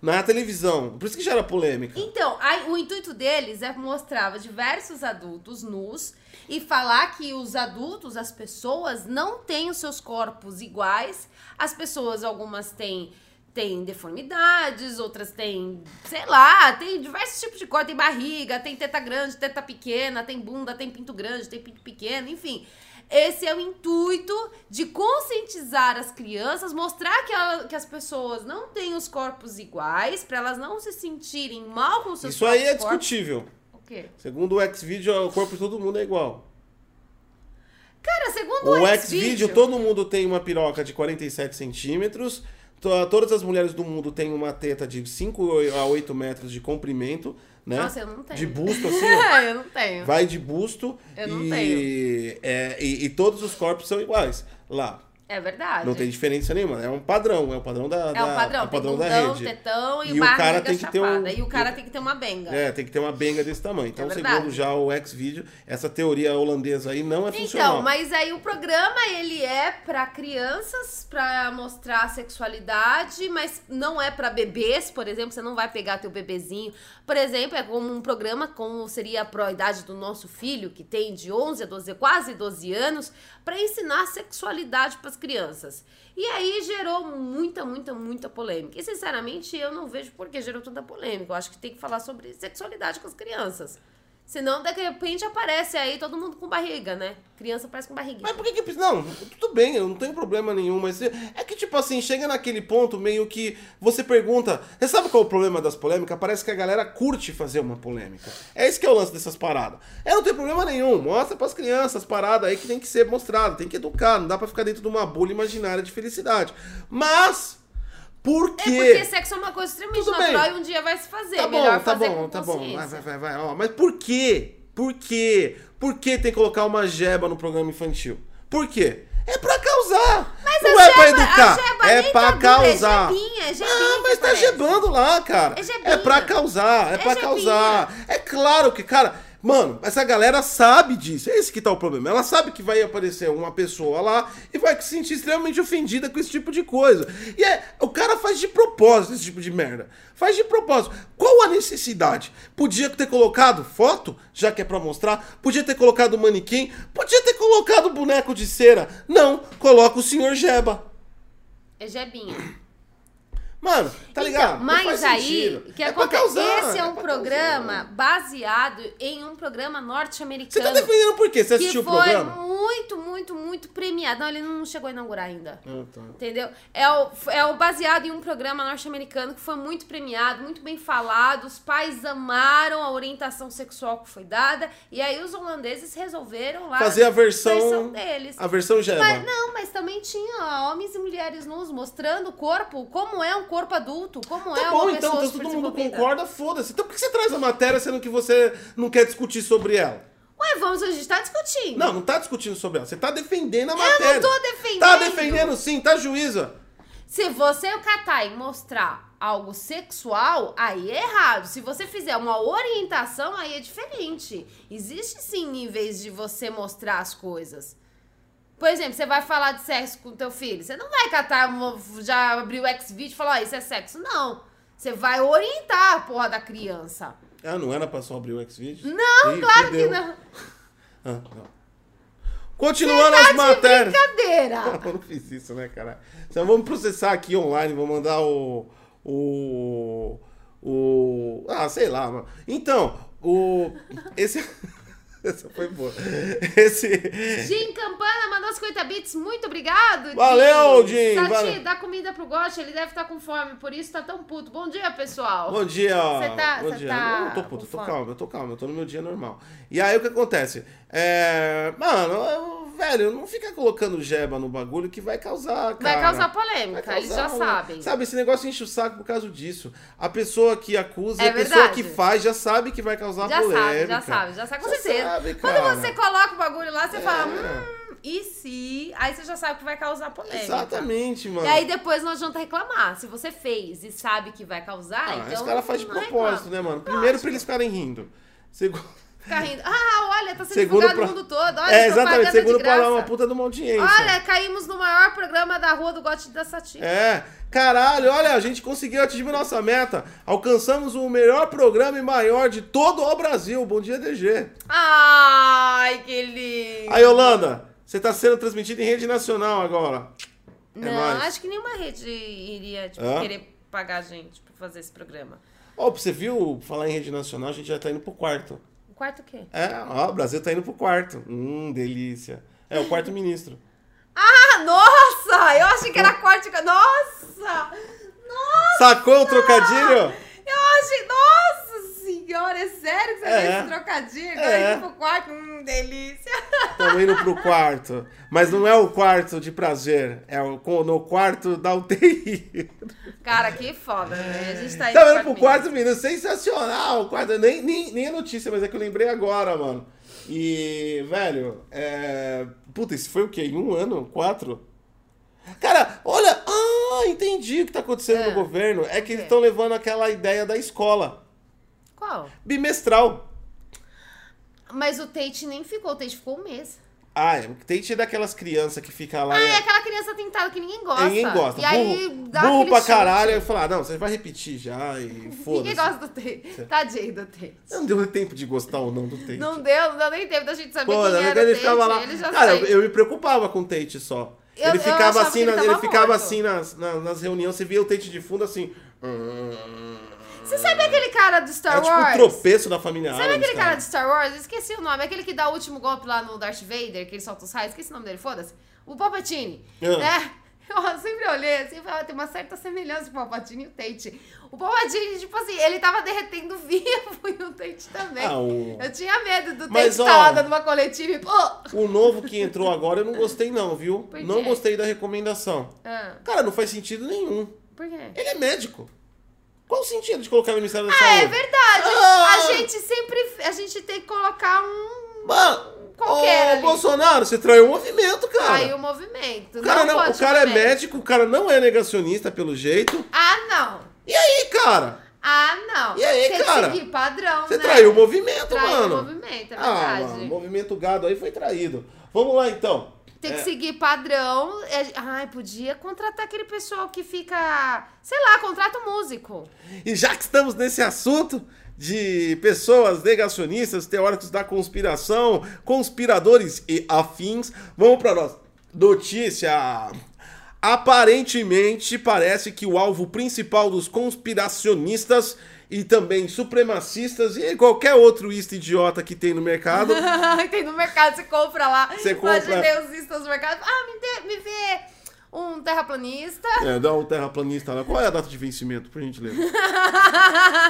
A: Na televisão. Por isso que gera polêmica.
B: Então, aí, o intuito deles é mostrar diversos adultos nus e falar que os adultos, as pessoas, não têm os seus corpos iguais. As pessoas, algumas têm, têm deformidades, outras têm, sei lá, tem diversos tipos de corpo. Tem barriga, tem teta grande, teta pequena, tem bunda, tem pinto grande, tem pinto pequeno, enfim. Esse é o intuito de conscientizar as crianças, mostrar que, ela- que as pessoas não têm os corpos iguais, pra elas não se sentirem mal com seus
A: Isso aí é
B: próprios corpos.
A: discutível.
B: O quê?
A: Segundo o X-Video, o corpo de todo mundo é igual.
B: Cara, segundo
A: O
B: o
A: X-Video,
B: Xvideo,
A: todo mundo tem uma piroca de 47 centímetros. to- Todas as mulheres do mundo têm uma teta de 5 a 8 metros de comprimento, né?
B: Nossa, eu não tenho.
A: De busto, assim, ó.
B: É, [laughs] eu não [laughs] tenho.
A: Vai de busto.
B: Eu não
A: e,
B: tenho.
A: é, e- e todos os corpos são iguais lá.
B: É verdade.
A: Não tem diferença nenhuma. É um padrão. É o padrão da,
B: É
A: da-
B: um padrão,
A: é o padrão
B: tem
A: da
B: bundão,
A: rede.
B: tetão e,
A: E o
B: barriga
A: cara tem que ter
B: chapada.
A: um-
B: E o cara tem que ter uma benga.
A: É, tem que ter uma benga desse tamanho. Então,
B: É verdade.
A: segundo já o X-Video, essa teoria holandesa aí não é funcional.
B: Então, mas aí o programa ele é pra crianças, pra mostrar a sexualidade, mas não é pra bebês, por exemplo, você não vai pegar teu bebezinho. Por exemplo, é como um programa como seria a proidade do nosso filho, que tem de 11 a 12, quase 12 anos, pra ensinar sexualidade pras crianças. E aí gerou muita, muita, muita polêmica. E sinceramente, eu não vejo por que gerou tanta polêmica. Eu acho que tem que falar sobre sexualidade com as crianças. Senão, de repente, aparece aí todo mundo com barriga, né? Criança aparece com barriga.
A: Mas por que que... precisa- Não, tudo bem, eu não tenho problema nenhum, mas é é que, tipo assim, chega naquele ponto meio que você pergunta... Você sabe qual é o problema das polêmicas? Parece que a galera curte fazer uma polêmica. É isso que é o lance dessas paradas. É, não tem problema nenhum, mostra pras crianças as paradas aí que tem que ser mostrado, tem que educar, não dá pra ficar dentro de uma bolha imaginária de felicidade. Mas, por
B: É
A: quê?
B: porque sexo é uma coisa extremamente
A: Tudo
B: natural
A: bem.
B: e um dia vai se fazer.
A: Tá
B: Melhor
A: bom, tá
B: fazer
A: bom,
B: com
A: tá bom. Vai,
B: consciência.
A: vai, vai, vai. Ó, mas por quê? Por quê? Por que tem que colocar uma jeba no programa infantil? Por quê? É pra causar. Mas não
B: a
A: é pra
B: jeba- a
A: educar.
B: jeba
A: é
B: nem
A: pra
B: tá dura, é
A: causar.
B: jebinha, é jebinha
A: ah, mas Mas tá gebando lá, cara.
E: É
A: É,
E: gebinha.
A: pra causar, é, pra
E: gebinha.
A: causar.
B: né?
A: É claro que, cara, mano, essa galera sabe disso. É esse que tá o problema. Ela sabe que vai aparecer uma pessoa lá e vai se sentir extremamente ofendida com esse tipo de coisa. E é, o cara faz de propósito esse tipo de merda. Faz de propósito. Qual a necessidade? Podia ter colocado foto, já que é pra mostrar, podia ter colocado manequim, podia ter colocado boneco de cera. Não, coloca o senhor Jeba.
B: É gebinha.
A: Mano, tá ligado? Não
B: Então, mas
A: faz
B: aí,
A: sentido.
B: que
A: É pra
B: acontece?
A: causar,
B: Esse é um
A: pra
B: programa
A: causar.
B: baseado em um programa
A: Você tá
B: norte-americano
A: defendendo por quê? Você
B: Então, que
A: assistiu
B: foi
A: o programa?
B: muito, muito, muito premiado. Não, ele não chegou a inaugurar ainda.
A: Ah, tá.
B: Entendeu? É o, é o baseado em um programa norte-americano que foi muito premiado, muito bem falado. Os pais amaram a orientação sexual que foi dada. E aí os holandeses resolveram lá
A: Fazer a versão-
B: deles.
A: A versão Gema.
B: Mas, não, mas também tinha homens e mulheres nus mostrando o corpo, como é um corpo adulto, como
A: Tá
B: é
A: bom, então,
B: uma pessoa
A: então todo mundo
B: superdesenvolvida.
A: concorda, foda-se. Então por que você traz a matéria sendo que você não quer discutir sobre ela?
B: Ué, vamos, a gente tá discutindo.
A: Não, não tá discutindo sobre ela. Você tá defendendo a
B: eu
A: matéria.
B: não tô defendendo.
A: Tá defendendo sim, tá juíza.
B: Se você catar e mostrar algo sexual, aí é errado. Se você fizer uma orientação, aí é diferente. Existe sim níveis de você mostrar as coisas. Por exemplo, você vai falar de sexo com teu filho. Você não vai catar, uma- já abrir o X-Video e falar, ó, isso é sexo. Não. Você vai orientar a porra da criança.
A: Ah, não era pra só abrir o X-Videos? Não,
B: Claro que não.
A: Ah, não. Continuando
B: tá
A: as matérias.
B: É Brincadeira.
A: [laughs] Eu não fiz isso, né, cara? Só vamos processar aqui online, vou mandar o. O. O. Ah, sei lá, mano. Então, o. Esse. [laughs] Essa foi boa. Esse.
B: Jim Campana mandou 50 bits, muito obrigado. Jim.
A: Valeu, Jim,
B: Sati,
A: valeu.
B: dá comida pro Gotti, ele deve estar com fome, por isso tá tão puto. Bom dia, pessoal.
A: Bom dia.
B: Cê tá-
A: Bom
B: cê
A: dia.
B: tá
A: Não, eu tô puto, eu tô
B: com fome?
A: calmo, eu tô calmo, eu tô no meu dia normal. E aí o que acontece? É. Mano, eu- velho, não fica colocando jeba no bagulho que vai causar, cara.
B: Vai causar
A: Vai
B: polêmica, Então, eles
A: causar
B: já
A: um-
B: sabem.
A: Sabe, esse negócio enche o saco por causa disso. A pessoa que acusa, e
B: É
A: a pessoa que
B: verdade.
A: faz, já sabe que vai causar
B: Já
A: polêmica.
B: sabe, já sabe, já sabe, com
A: Já
B: certeza.
A: sabe,
B: Quando
A: cara.
B: você coloca o bagulho lá, você fala,
A: É.
B: hum, e se? Aí você já sabe que vai causar polêmica.
A: Exatamente, mano.
B: É, então. E aí depois não adianta reclamar. Se você fez e sabe que vai causar,
A: Ah,
B: então.
A: esse cara faz de
B: não
A: propósito,
B: reclama.
A: né, mano? Primeiro pra eles ficarem rindo. Segundo...
B: Fica rindo. Ah, olha, tá sendo
A: Segundo
B: divulgado
A: pro-
B: no mundo todo. Olha,
A: É,
B: propaganda
A: exatamente. Segundo
B: de
A: pra
B: graça.
A: dar uma puta de uma audiência.
B: Olha, caímos no maior programa da rua do Gote da Sati.
A: É, caralho, olha, a gente conseguiu atingir nossa meta. Alcançamos o melhor programa e maior de todo o Brasil. Bom dia, DG.
B: Ai, que lindo.
A: Aí, Holanda, você tá sendo transmitido em rede nacional agora. É
B: Não,
A: nóis.
B: acho que nenhuma rede iria tipo,
A: Hã?
B: querer pagar a gente pra fazer esse programa.
A: Ó, você viu falar em rede nacional, a gente já tá indo pro quarto.
B: O quarto o quê?
A: É, ó, o Brasil tá indo pro quarto. Hum, delícia. É, o quarto ministro.
B: Ah, nossa! Eu achei que era quarto. Nossa! Nossa!
A: Sacou o trocadilho?
B: Eu achei. Nossa senhora, é sério que você
A: É.
B: fez esse trocadilho? Agora
A: É.
B: indo pro quarto. Hum, delícia.
A: Estamos indo pro quarto. Mas não é o quarto de prazer, é o, co- no quarto da UTI.
B: Cara, que foda, né? A gente tá indo
A: Tá indo pro
B: quarto
A: quarto ministro, sensacional! Quarto, nem, nem, nem a notícia, mas é que eu lembrei agora, mano. E, velho, é... Puta, isso foi o quê? Em um ano? Quatro? Cara, olha, ah, entendi o que tá acontecendo no governo. É que eles estão levando aquela ideia da escola
B: mesmo. Qual?
A: bimestral.
B: Mas o Tate nem ficou, o Tate ficou um mês.
A: Ah, é, tem que daquelas crianças que fica lá.
B: Ah,
A: né?
B: é aquela criança tentada que ninguém Ah, é, gosta.
A: Ninguém gosta.
B: E
A: burro,
B: aí dá
A: burro
B: aquele
A: pra
B: chute.
A: caralho. Eu falar, não, você vai repetir já e
B: Ninguém
A: foda-se.
B: gosta do Tate. Tadinho do Tate.
A: Não deu tempo de gostar ou não do Tate.
B: Não deu, não deu nem tempo da gente saber
A: Pô,
B: quem
A: na
B: era
A: verdade
B: o
A: ele
B: Tate.
A: ficava lá.
B: Ele já
A: Cara, eu,
B: saiu.
A: eu me preocupava com o Tate só.
B: Eu-
A: ele
B: eu
A: ficava
B: achava
A: assim,
B: que ele
A: na-
B: tava
A: ficava
B: morto.
A: assim nas, na- nas reuniões, você via o Tate de fundo assim.
B: Você sabe aquele cara do Star
A: Era tipo
B: Wars?
A: um tropeço da família
B: Sabe
A: Adams,
B: aquele cara de Star Wars? Eu Esqueci o nome. Aquele que dá o último golpe lá no Darth Vader, que ele solta os raios. Esqueci o nome dele, foda-se. O Palpatine,
A: Ah.
B: né? [laughs] Eu sempre olhei assim e falava, tem uma certa semelhança com o Palpatine e o Tate. O Palpatine, tipo assim, ele tava derretendo [laughs] vivo e o Tate também.
A: Ah, o-
B: Eu tinha medo do Tate
A: Mas,
B: estar
A: ó,
B: lá dando uma coletiva e... Pô!
A: O novo que entrou agora eu não gostei, não, viu?
B: Por
A: Não
B: quê?
A: gostei da recomendação.
B: Ah,
A: Cara, não faz sentido nenhum.
B: por quê?
A: Ele é médico. Qual o sentido de colocar no Ministério da
B: Ah,
A: Saúde?
B: é verdade!
A: Ah!
B: A gente sempre... A gente tem que colocar um...
A: Mano,
B: Qualquer
A: ô,
B: ali.
A: Bolsonaro, você traiu o movimento, cara.
B: Aí o movimento.
A: O cara, não,
B: pode
A: o cara é
B: movimento.
A: médico, o cara não é negacionista, pelo jeito.
B: Ah, não!
A: E aí, cara?
B: Ah, não.
A: E aí,
B: Tem
A: cara?
B: que seguir padrão,
A: Você
B: né?
A: traiu o movimento,
B: Traiu
A: mano.
B: o movimento, é
A: Ah,
B: verdade.
A: mano, o movimento gado aí foi traído. Vamos lá, então.
B: Tem que
A: É,
B: seguir padrão. É, Ai, podia contratar aquele pessoal que fica. Sei lá, contrata um músico. [laughs]
A: E já que estamos nesse assunto de pessoas negacionistas, teóricos da conspiração, conspiradores e afins, vamos para nossa notícia. Aparentemente, parece que o alvo principal dos conspiracionistas e também supremacistas e qualquer outro isto idiota que tem no mercado
B: Tem no mercado, você compra lá.
A: Você compra.
B: Imaginei os istas no mercado. Ah, me, dê, me vê um terraplanista.
A: É, dá um terraplanista lá. Qual é a data de vencimento, por gentileza?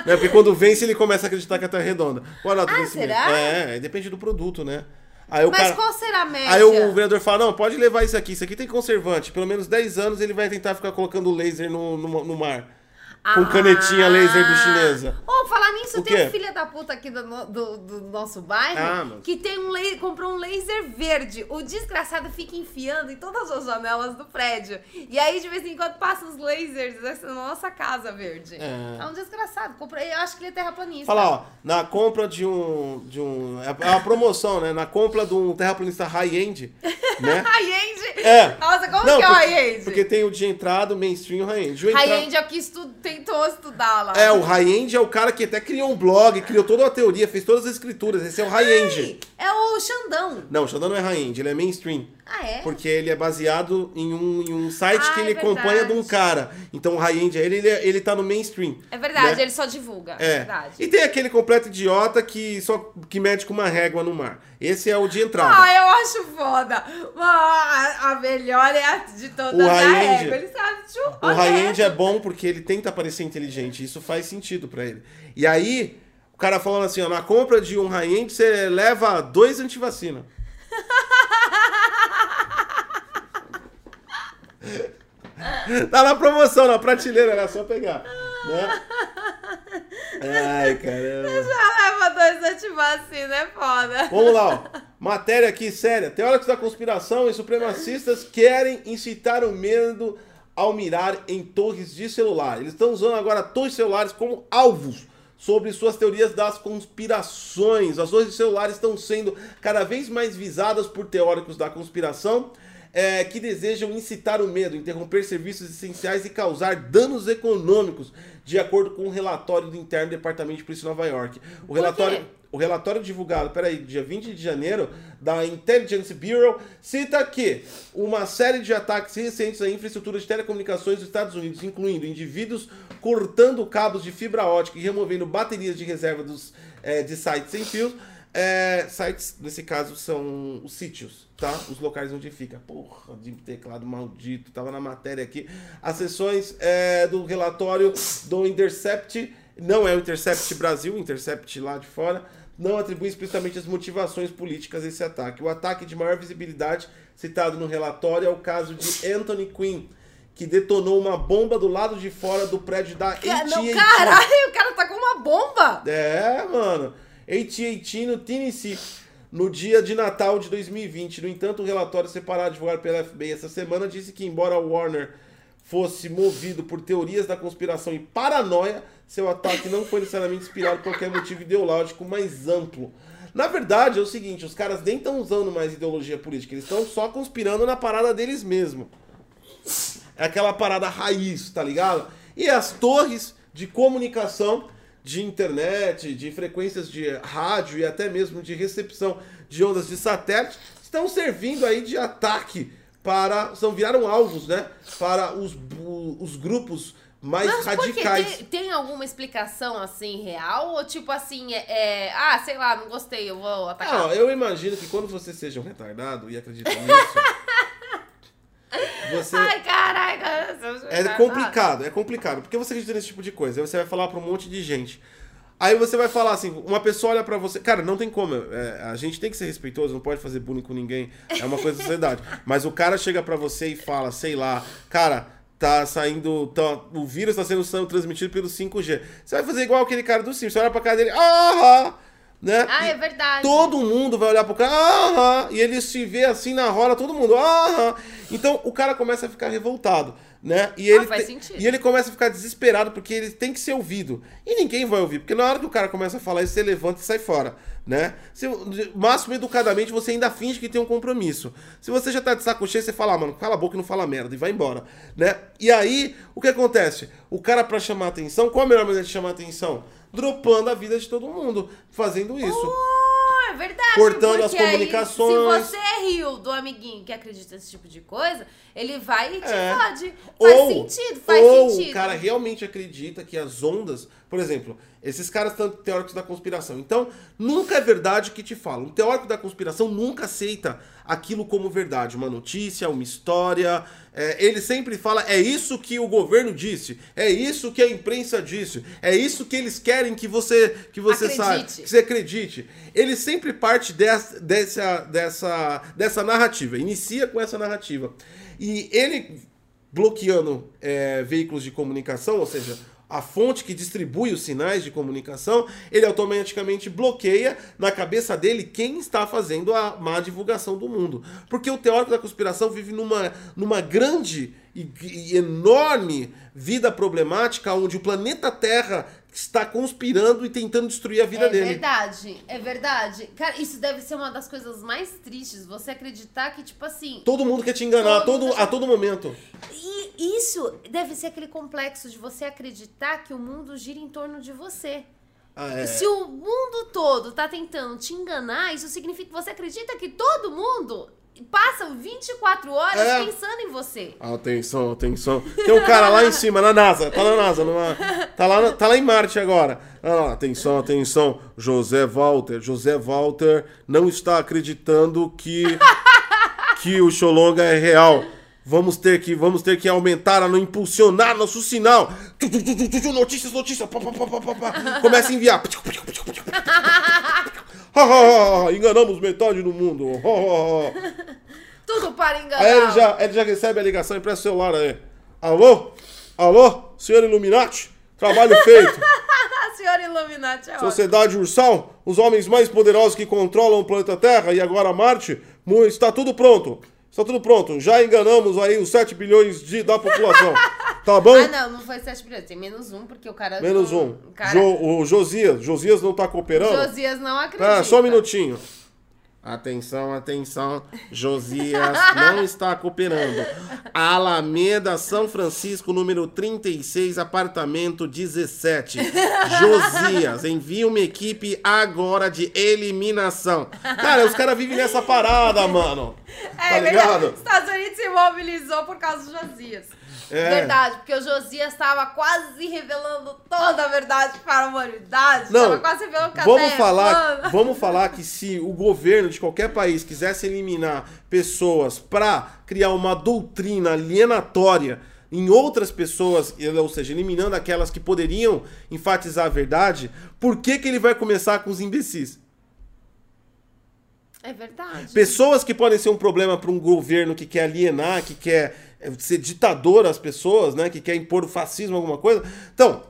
A: é, porque quando vence, ele começa a acreditar que a Terra é redonda. Qual é a data de
B: Ah,
A: vencimento?
B: será?
A: É, é, depende do produto, né? Aí o
B: Mas
A: cara...
B: qual será a média?
A: Aí o vendedor fala, não, pode levar isso aqui, isso aqui tem conservante. Pelo menos 10 anos ele vai tentar ficar colocando laser no, no, no mar.
B: Ah.
A: Com canetinha laser do chinesa.
B: Ô, falar nisso,
A: O
B: tem
A: quê?
B: um filho da puta aqui do, no- do, do nosso bairro
A: Ah, mas-
B: que tem um laser, comprou um laser verde. O desgraçado fica enfiando em todas as janelas do prédio. E aí, de vez em quando, passa os lasers dessa nossa casa verde.
A: É.
B: É, um desgraçado. Comprou, eu acho que ele é terraplanista.
A: Fala, ó, na compra de um. De um é uma promoção, né? Na compra de um terraplanista high-end,
B: [laughs]
A: né?
B: High-end?
A: É.
B: Nossa, como
A: Não,
B: que é o
A: porque-
B: high-end?
A: Porque tem o de entrada, o mainstream e o high-end. O entra-
B: High-end é o que estu- tentou estudar lá.
A: É, o high-end é o cara que até criou um blog, criou toda uma teoria, fez todas as escrituras. Esse é o high-end.
B: É o Xandão.
A: Não, o Xandão não é high-end, ele é mainstream.
B: Ah, é?
A: Porque ele é baseado em um, em um site
B: Ah,
A: que
B: é
A: ele acompanha de um
B: verdade.
A: cara. Então o high-end é ele, ele, é- ele tá no mainstream.
B: É verdade,
A: né?
B: ele só divulga. É,
A: É.
B: verdade.
A: E tem aquele completo idiota que só que mede com uma régua no mar. Esse é o de entrada.
B: Ah, eu acho foda. Ah, A, a melhor é a de
A: O
B: todas a
A: high-end-
B: régua. Ele sabe de um-
A: O high-end é bom porque ele tenta parecer inteligente. Isso faz sentido pra ele. E aí, o cara falando assim, ó, na compra de um high-end, você leva dois antivacina. [laughs] tá na promoção, na prateleira, era só pegar. Né? Ai, caramba.
B: Já leva dois antivacinas, é foda.
A: Vamos lá, ó. Matéria aqui séria. Teóricos da conspiração e supremacistas querem incitar o medo ao mirar em torres de celular. Eles estão usando agora torres celulares como alvos sobre suas teorias das conspirações. As torres de celulares estão sendo cada vez mais visadas por teóricos da conspiração é, que desejam incitar o medo, interromper serviços essenciais e causar danos econômicos, de acordo com o relatório do interno Departamento de Polícia de Nova York. O relatório, o relatório divulgado, peraí, dia 20 de janeiro, da Intelligence Bureau, cita que uma série de ataques recentes à infraestrutura de telecomunicações dos Estados Unidos, incluindo indivíduos cortando cabos de fibra ótica e removendo baterias de reserva dos, eh, de sites sem fios, é, sites, nesse caso, são os sítios, tá? Os locais onde fica. Porra, de teclado maldito, tava na matéria aqui. As sessões é, do relatório do Intercept, não é o Intercept Brasil, o Intercept lá de fora, não atribui explicitamente as motivações políticas a esse ataque. O ataque de maior visibilidade citado no relatório é o caso de Anthony Quinn, que detonou uma bomba do lado de fora do prédio da
B: Ca- Não,
A: AT&T.
B: caralho, o cara tá com uma bomba.
A: É, mano. AT&T no Tennessee, no dia de Natal de 2020. No entanto, o relatório separado divulgado pela FBI essa semana disse que, embora Warner fosse movido por teorias da conspiração e paranoia, seu ataque não foi necessariamente inspirado por qualquer motivo ideológico mais amplo. Na verdade, é o seguinte, os caras nem estão usando mais ideologia política, eles estão só conspirando na parada deles mesmo. É aquela parada raiz, tá ligado? E as torres de comunicação, de internet, de frequências de rádio e até mesmo de recepção de ondas de satélite estão servindo aí de ataque para. São, viraram alvos, né? Para os, bu- os grupos mais
B: Mas por quê?
A: radicais.
B: Tem, tem alguma explicação, assim, real? Ou tipo assim, é, é, Ah, sei lá, não gostei, eu vou atacar.
A: Não, Ah, eu imagino que quando você seja um retardado e acredita
B: [laughs]
A: nisso. você.
B: Ai, caralho. cara,
A: É complicado, é complicado. Porque você acredita nesse tipo de coisa? Aí você vai falar pra um monte de gente. Aí você vai falar assim, uma pessoa olha pra você. Cara, não tem como. é, a gente tem que ser respeitoso, não pode fazer bullying com ninguém. É uma coisa
C: [laughs]
A: da sociedade. Mas o cara chega pra você e fala, sei lá, cara, tá saindo. tá- o vírus tá sendo transmitido pelo 5G. Você vai fazer igual aquele cara do Simpsons. Você olha pra cara dele, ah! né?
C: Ah,
A: E
C: é verdade.
A: Todo mundo vai olhar pro cara, aham, e ele se vê assim na rola, todo mundo, aham. Então o cara começa a ficar revoltado, né? E ele,
B: Ah, faz
A: te-
B: sentido.
A: e ele começa a ficar desesperado porque ele tem que ser ouvido. E ninguém vai ouvir, porque na hora que o cara começa a falar isso, você levanta e sai fora, né? Se, de- máximo educadamente, você ainda finge que tem um compromisso. Se você já tá de saco cheio, você fala, ah, mano, cala a boca e não fala merda, e vai embora, né? E aí, o que acontece? O cara, pra chamar atenção, qual a melhor maneira de chamar atenção? Dropando a vida de todo mundo, fazendo isso.
C: Oh,
B: Uh, é verdade.
A: Cortando
B: porque
A: as comunicações.
B: Aí, se
C: é
B: você riu do amiguinho que acredita nesse tipo de coisa, ele vai e te
A: É.
B: fode. Faz sentido, faz
A: ou
B: sentido.
A: o cara realmente acredita que as ondas. Por exemplo, esses caras são teóricos da conspiração. Então, nunca é verdade o que te falam. Um teórico da conspiração nunca aceita aquilo como verdade. Uma notícia, uma história. É, ele sempre fala: é isso que o governo disse, é isso que a imprensa disse, é isso que eles querem que você, que você
B: Acredite.
A: saiba. Que você acredite. Ele sempre parte des- dessa, dessa, dessa narrativa, inicia com essa narrativa. E ele bloqueando é, veículos de comunicação, ou seja, a fonte que distribui os sinais de comunicação, ele automaticamente bloqueia na cabeça dele quem está fazendo a má divulgação do mundo. Porque o teórico da conspiração vive numa, numa grande e- e enorme vida problemática onde o planeta Terra está conspirando e tentando destruir a vida
C: é
A: dele.
C: verdade, é verdade. Cara, isso deve ser uma das coisas mais tristes. Você acreditar que, tipo assim,
A: Todo mundo quer te enganar
C: Todo
A: todo,
C: mundo
A: a todo momento.
C: E isso deve ser aquele complexo de você acreditar que o mundo gira em torno de você.
A: Ah, é.
C: Se o mundo todo tá tentando te enganar, isso significa que você acredita que todo mundo passa 24 horas
A: É.
C: pensando em você.
A: Atenção, atenção. Tem um cara lá em cima, na NASA. Tá na NASA. Numa, tá, lá, na- tá lá em Marte agora. Ah, lá, atenção, atenção. José Walter. José Walter não está acreditando que, que o Xolonga é real. Vamos ter que, vamos ter que aumentar, a não impulsionar nosso sinal. Tu, tu, tu, tu, tu, tu, Notícias, notícias. Pá, pá, pá, pá, pá, pá. Começa a enviar. Ha, ha, ha, ha, Enganamos metade do mundo. Ha, ha, ha.
B: Tudo para enganar.
A: Aí ele já, ele já recebe a ligação e presta o celular aí. Alô? Alô? Senhor Illuminati? Trabalho
C: [laughs]
A: feito.
C: Ah,
B: A senhora Illuminati é ótima.
A: Sociedade Ursal, os homens mais poderosos que controlam o planeta Terra e agora Marte, mu- está tudo pronto. Está tudo pronto. Já enganamos aí os 7 bilhões de,
C: [laughs]
A: da população. Tá bom?
C: Ah, não, não foi 7 bilhões. Tem menos um, porque o cara.
A: Menos
C: não-
A: um.
C: O cara,
A: Jo- o Josias. Josias não está cooperando?
C: Josias não acredita.
A: Ah, só um minutinho. Atenção, atenção. Josias não está cooperando. Alameda, São Francisco, número 36, apartamento 17. Josias, envia uma equipe agora de eliminação. Cara, os caras vivem nessa parada, mano.
B: É,
A: Tá
B: verdade.
A: ligado?
B: Os Estados Unidos se mobilizou por causa do Josias.
A: É.
B: Verdade, porque o Josias estava quase revelando toda a verdade para a humanidade.
A: Não,
B: Tava quase revelando que a
A: vamos
B: Terra é
A: falar,
B: plana.
A: vamos falar que se o governo de qualquer país quisesse eliminar pessoas pra criar uma doutrina alienatória em outras pessoas, ou seja, eliminando aquelas que poderiam enfatizar a verdade, por que, que ele vai começar com os imbecis?
C: É verdade.
A: Pessoas que podem ser um problema para um governo que quer alienar, que quer eh, ser ditador às pessoas, né? Que quer impor o fascismo, alguma coisa. Então,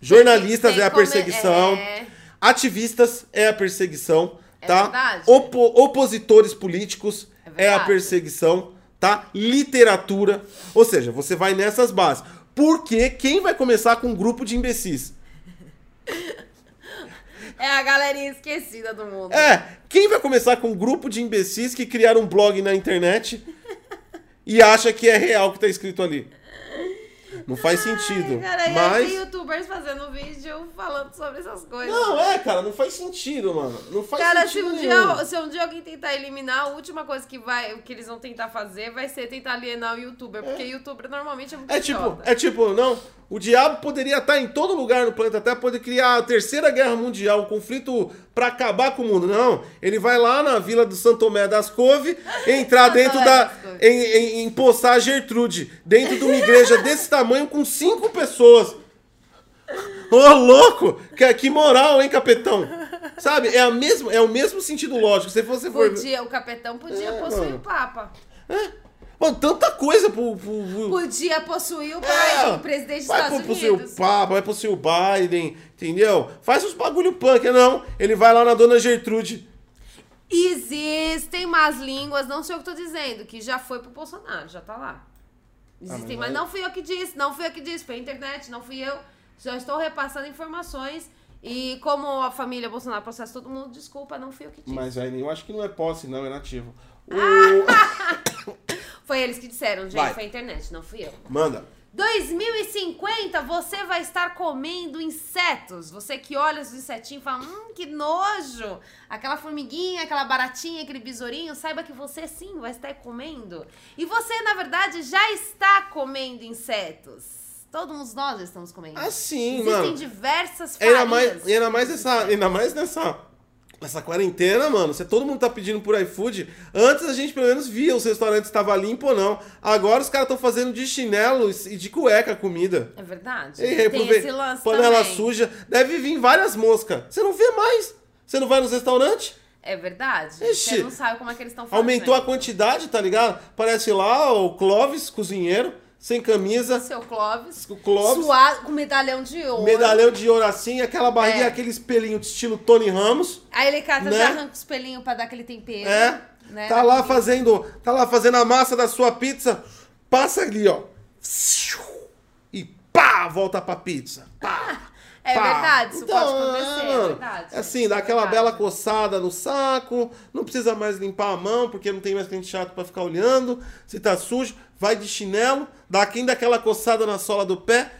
A: jornalistas
C: Tem
A: é a
C: como-
A: perseguição,
C: é.
A: ativistas é a perseguição,
C: É
A: tá?
C: verdade.
A: Opo- opositores políticos
C: É
A: é, a
C: verdade.
A: perseguição, tá? Literatura, ou seja, você vai nessas bases. Porque quem vai começar com um grupo de imbecis?
B: É a galerinha esquecida do mundo.
A: É, quem vai começar com um grupo de imbecis que criaram um blog na internet e acha que é real o que tá escrito ali? Não faz sentido.
B: Ai, cara, E é aí tem
A: mas.
B: youtubers fazendo vídeo falando sobre essas coisas.
A: Não, é, cara, não faz sentido, mano. Não faz
B: Cara, se
A: sentido.
B: um,
A: nenhum.
B: dia, se um dia alguém tentar eliminar, a última coisa que, vai, que eles vão tentar fazer vai ser tentar alienar o youtuber. Porque youtuber normalmente é muito
A: É tipo,
B: idiota.
A: é tipo, não. O diabo poderia estar em todo lugar no planeta Terra, poder criar a terceira guerra mundial, um conflito pra acabar com o mundo. Não, ele vai lá na vila do Santo Tomé das Couve, entrar dentro
B: Tomé
A: da.
B: das Couve.
A: Em, em, empossar a Gertrude, dentro de uma igreja desse tamanho com cinco pessoas. Ô, louco! Que, que moral, hein, capetão? Sabe, é, a mesma, é o mesmo sentido lógico. Se você for.
B: Podia, o capitão podia
A: É,
B: possuir
A: mano.
B: o Papa.
A: Mano, tanta coisa pro. pro- pro-
B: Podia possuir o Biden,
A: É,
B: o presidente dos
A: vai
B: Estados
A: pro, pro
B: Unidos.
A: seu Papa, vai pro seu Biden, entendeu? Faz uns bagulho punk, não. Ele vai lá na dona Gertrude.
B: Existem más línguas, não sei o que eu tô dizendo, que já foi pro Bolsonaro, já tá lá. Existem,
A: Ah, mas
B: mas,
A: aí-
B: não fui eu que disse, não fui eu que disse, foi a internet, não fui eu. Já estou repassando informações e como a família Bolsonaro processa todo mundo, desculpa, não fui eu que disse.
A: Mas aí eu acho que não é posse, não, é nativo. O-
B: [laughs] Foi eles que disseram, gente,
A: Vai.
B: foi a internet, não fui eu.
A: Manda.
B: 2050 você vai estar comendo insetos. Você que olha os insetinhos e fala, hum, que nojo. Aquela formiguinha, aquela baratinha, aquele besourinho, saiba que você sim vai estar comendo. E você, na verdade, já está comendo insetos. Todos nós já estamos comendo.
A: Assim,
B: Existem
A: mano.
B: diversas farias.
A: Ainda mais, ainda mais nessa. Ainda mais nessa. Essa quarentena, mano, se todo mundo tá pedindo por iFood, antes a gente pelo menos via os restaurantes estavam limpos ou não. Agora os caras estão fazendo de chinelo e de cueca a comida.
B: É verdade.
A: E
B: Tem
A: reprove-
B: esse lance
A: panela
B: também.
A: suja. Deve vir várias moscas. Você não vê mais. Você não vai nos restaurantes.
B: É verdade.
A: Ixi.
B: Você não sabe como é que eles estão fazendo.
A: Aumentou a quantidade, tá ligado? Parece lá o Clóvis, cozinheiro, sem camisa.
B: Seu Clóvis.
A: O Clóvis,
B: Suado com medalhão de ouro.
A: medalhão de ouro assim, aquela barriga,
B: É.
A: aquele espelhinho de estilo Tony Ramos.
B: Aí ele cata,
A: Né?
B: já arranca os pelinhos pra dar aquele tempero.
A: É.
B: Né?
A: Tá lá fazendo, tá lá fazendo a massa da sua pizza. Passa ali, ó. E pá, volta pra pizza.
B: [laughs]
A: Pá.
B: É
A: pá.
B: verdade, isso pode acontecer, é
A: mano,
B: verdade.
A: Assim, dá
B: É
A: aquela
B: verdade.
A: bela coçada no saco, não precisa mais limpar a mão, porque não tem mais cliente chato pra ficar olhando. Se tá sujo, vai de chinelo, dá aqui ainda aquela coçada na sola do pé,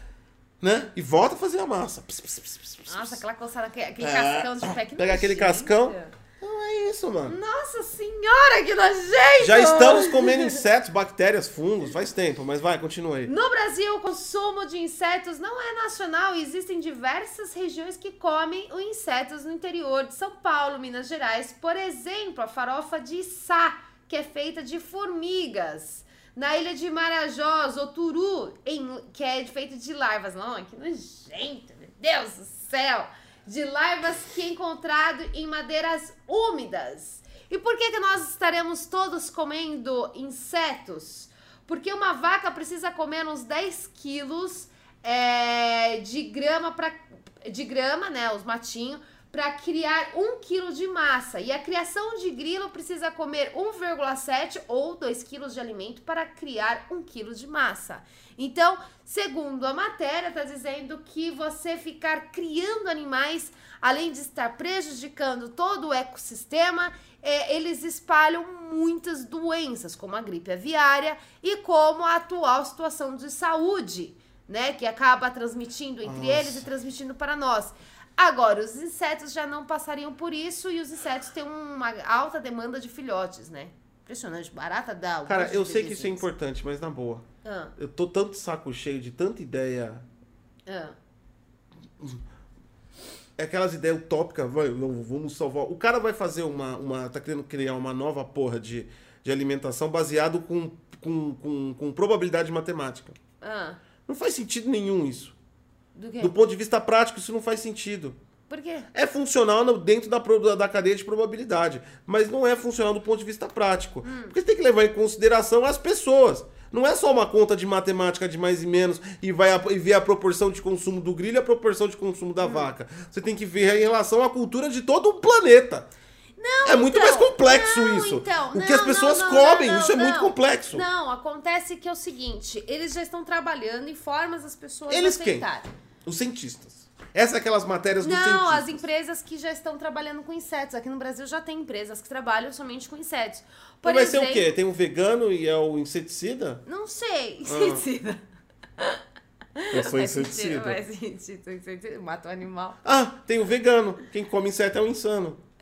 A: né? E volta a fazer a massa. Pss, pss, pss, pss, pss.
B: Nossa, aquela coçada, aquele aquele
A: É.
B: cascão de pé que
A: Pega aquele
B: nojento.
A: cascão. Então é isso, mano.
B: Nossa senhora, que nojento!
A: Já estamos comendo insetos, bactérias, fungos, faz tempo, mas vai, continua aí.
B: No Brasil, o consumo de insetos não é nacional e existem diversas regiões que comem os insetos no interior de São Paulo, Minas Gerais. Por exemplo, a farofa de Içá, que é feita de formigas. Na ilha de Marajó, Zoturu, em- que é feito de larvas. Não, que nojento, meu Deus do céu! De larvas que é encontrado em madeiras úmidas. E por que, que nós estaremos todos comendo insetos? Porque uma vaca precisa comer uns 10 quilos é, de grama para de grama, né, os matinhos, para criar 1 quilo de massa. E a criação de grilo precisa comer 1,7 ou 2 quilos de alimento para criar 1 quilo de massa. Então, segundo a matéria, está dizendo que você ficar criando animais, além de estar prejudicando todo o ecossistema, é, eles espalham muitas doenças, como a gripe aviária e como a atual situação de saúde, né? Que acaba transmitindo entre
A: Nossa.
B: eles e transmitindo para nós. Agora, os insetos já não passariam por isso e os insetos têm uma alta demanda de filhotes, né? Impressionante, barata dá. um
A: Cara,
B: monte de
A: eu sei que isso é
B: bebezinhos.
A: importante, mas na boa.
B: Ah,
A: Eu tô tanto saco cheio de tanta ideia.
B: ah.
A: É aquelas ideias utópicas, vai, não, vamos salvar. O cara vai fazer uma. uma tá querendo criar uma nova porra de, de alimentação baseado com, com, com, com probabilidade matemática.
B: Ah,
A: Não faz sentido nenhum isso.
B: do quê?
A: Do ponto de vista prático, isso não faz sentido.
B: Por quê?
A: É funcional no- dentro da, proba- da cadeia de probabilidade, mas não é funcional do ponto de vista prático.
B: Hum.
A: Porque você tem que levar em consideração as pessoas. Não é só uma conta de matemática de mais e menos e vai a- e ver a proporção de consumo do grilo e a proporção de consumo
B: Hum.
A: da vaca. Você tem que ver em relação à cultura de todo o planeta. Não, é muito
B: então,
A: mais complexo
B: não,
A: isso.
B: então,
A: o que
B: não,
A: as pessoas
B: não, não,
A: comem,
B: não, não,
A: isso é
B: não.
A: muito complexo.
B: Não, acontece que é o seguinte, eles já estão trabalhando em formas as pessoas
A: Eles quem?
B: aceitarem.
A: Os cientistas. Essas é aquelas matérias dos
B: Não,
A: cientistas.
B: as empresas que já estão trabalhando com insetos. Aqui no Brasil já tem empresas que trabalham somente com insetos. Por
A: Mas vai
B: exemplo,
A: ser o quê? Ah. Tem um vegano e é o inseticida?
B: Não sei. [laughs] Inseticida.
A: Eu sou
B: Faz sentido,
A: inseticida.
B: Faz sentido, inseticida. Mata o animal.
A: Ah, tem o vegano. Quem come inseto é o insano. [laughs]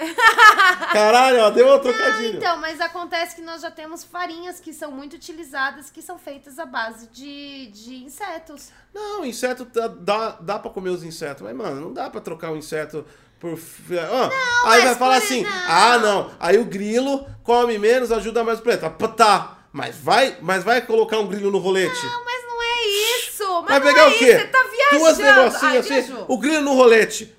A: Caralho, ó, deu uma trocadilho.
B: Então, mas acontece que nós já temos farinhas que são muito utilizadas, que são feitas à base de, de insetos.
A: Não, inseto tá- dá, dá pra comer os insetos. Mas, mano, não dá pra trocar o inseto por. f- Ah, aí
B: mas
A: vai falar
B: por-
A: assim:
B: não.
A: ah, não. Aí o grilo come menos, ajuda mais o planeta. Pá, Tá. Mas vai, mas vai colocar um grilo no rolete.
B: Mas não é isso! Mas
A: vai
B: não
A: pegar
B: é
A: o
B: isso,
A: quê?
B: Você tá viajando!
A: Duas negocinhas
B: Ai,
A: assim.
B: viajou.
A: O grilo no rolete.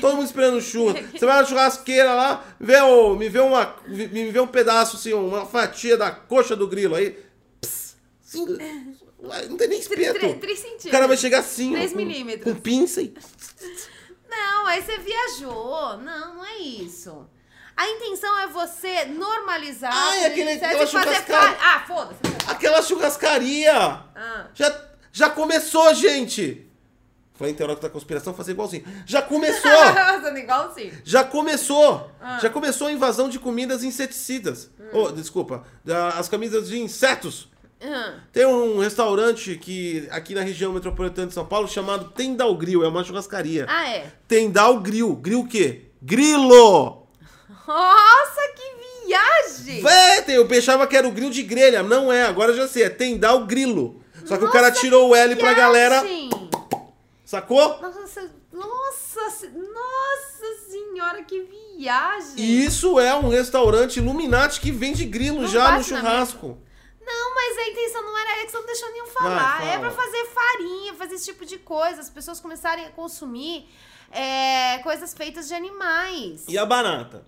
A: Todo mundo esperando churras. Você vai na churrasqueira lá, vê o, me, vê uma, me vê um pedaço, assim, uma fatia da coxa do grilo aí. Pss, assim, não tem nem espeto.
B: Tre- três centímetros.
A: O cara vai chegar assim,
B: Três
A: ó, com-
B: milímetros.
A: Com pinça e...
B: Não, aí você viajou. Não, não é isso. A intenção é você normalizar.
A: Ah, é
B: a
A: aquele-
B: delícia,
A: aquela
B: de fazer
A: churrascada.
B: fa- Ah, foda-se.
A: Aquela churrascaria!
B: Ah.
A: Já, já começou, gente! Falei em teórico da conspiração, fazer igualzinho. Já começou!
B: [laughs] Fazendo igualzinho.
A: Já começou!
B: Ah.
A: Já começou a invasão de comidas inseticidas.
B: Hum.
A: Oh, desculpa, da- as camisas de insetos.
B: Ah.
A: Tem um restaurante que aqui na região metropolitana de São Paulo chamado Tendal Grill, é uma churrascaria.
B: Ah, é.
A: Tendal Grill, grill o quê? Grilo!
B: Nossa, que viagem!
A: Vé, tem- eu pensava que era o grill de grelha, não é, agora eu já sei, é Tendal Grilo. Só que o cara tirou o L pra galera,
B: Viagem!
A: sacou?
B: Nossa, nossa, se- nossa senhora, que viagem!
A: E isso é um restaurante Illuminati que vende grilo
B: Não
A: já no
B: bate na
A: churrasco.
B: Não, mas a intenção não era essa, não deixou nenhum falar.
A: Vai, fala.
B: É pra fazer farinha, fazer esse tipo de coisa, as pessoas começarem a consumir é, coisas feitas de animais.
A: E a barata?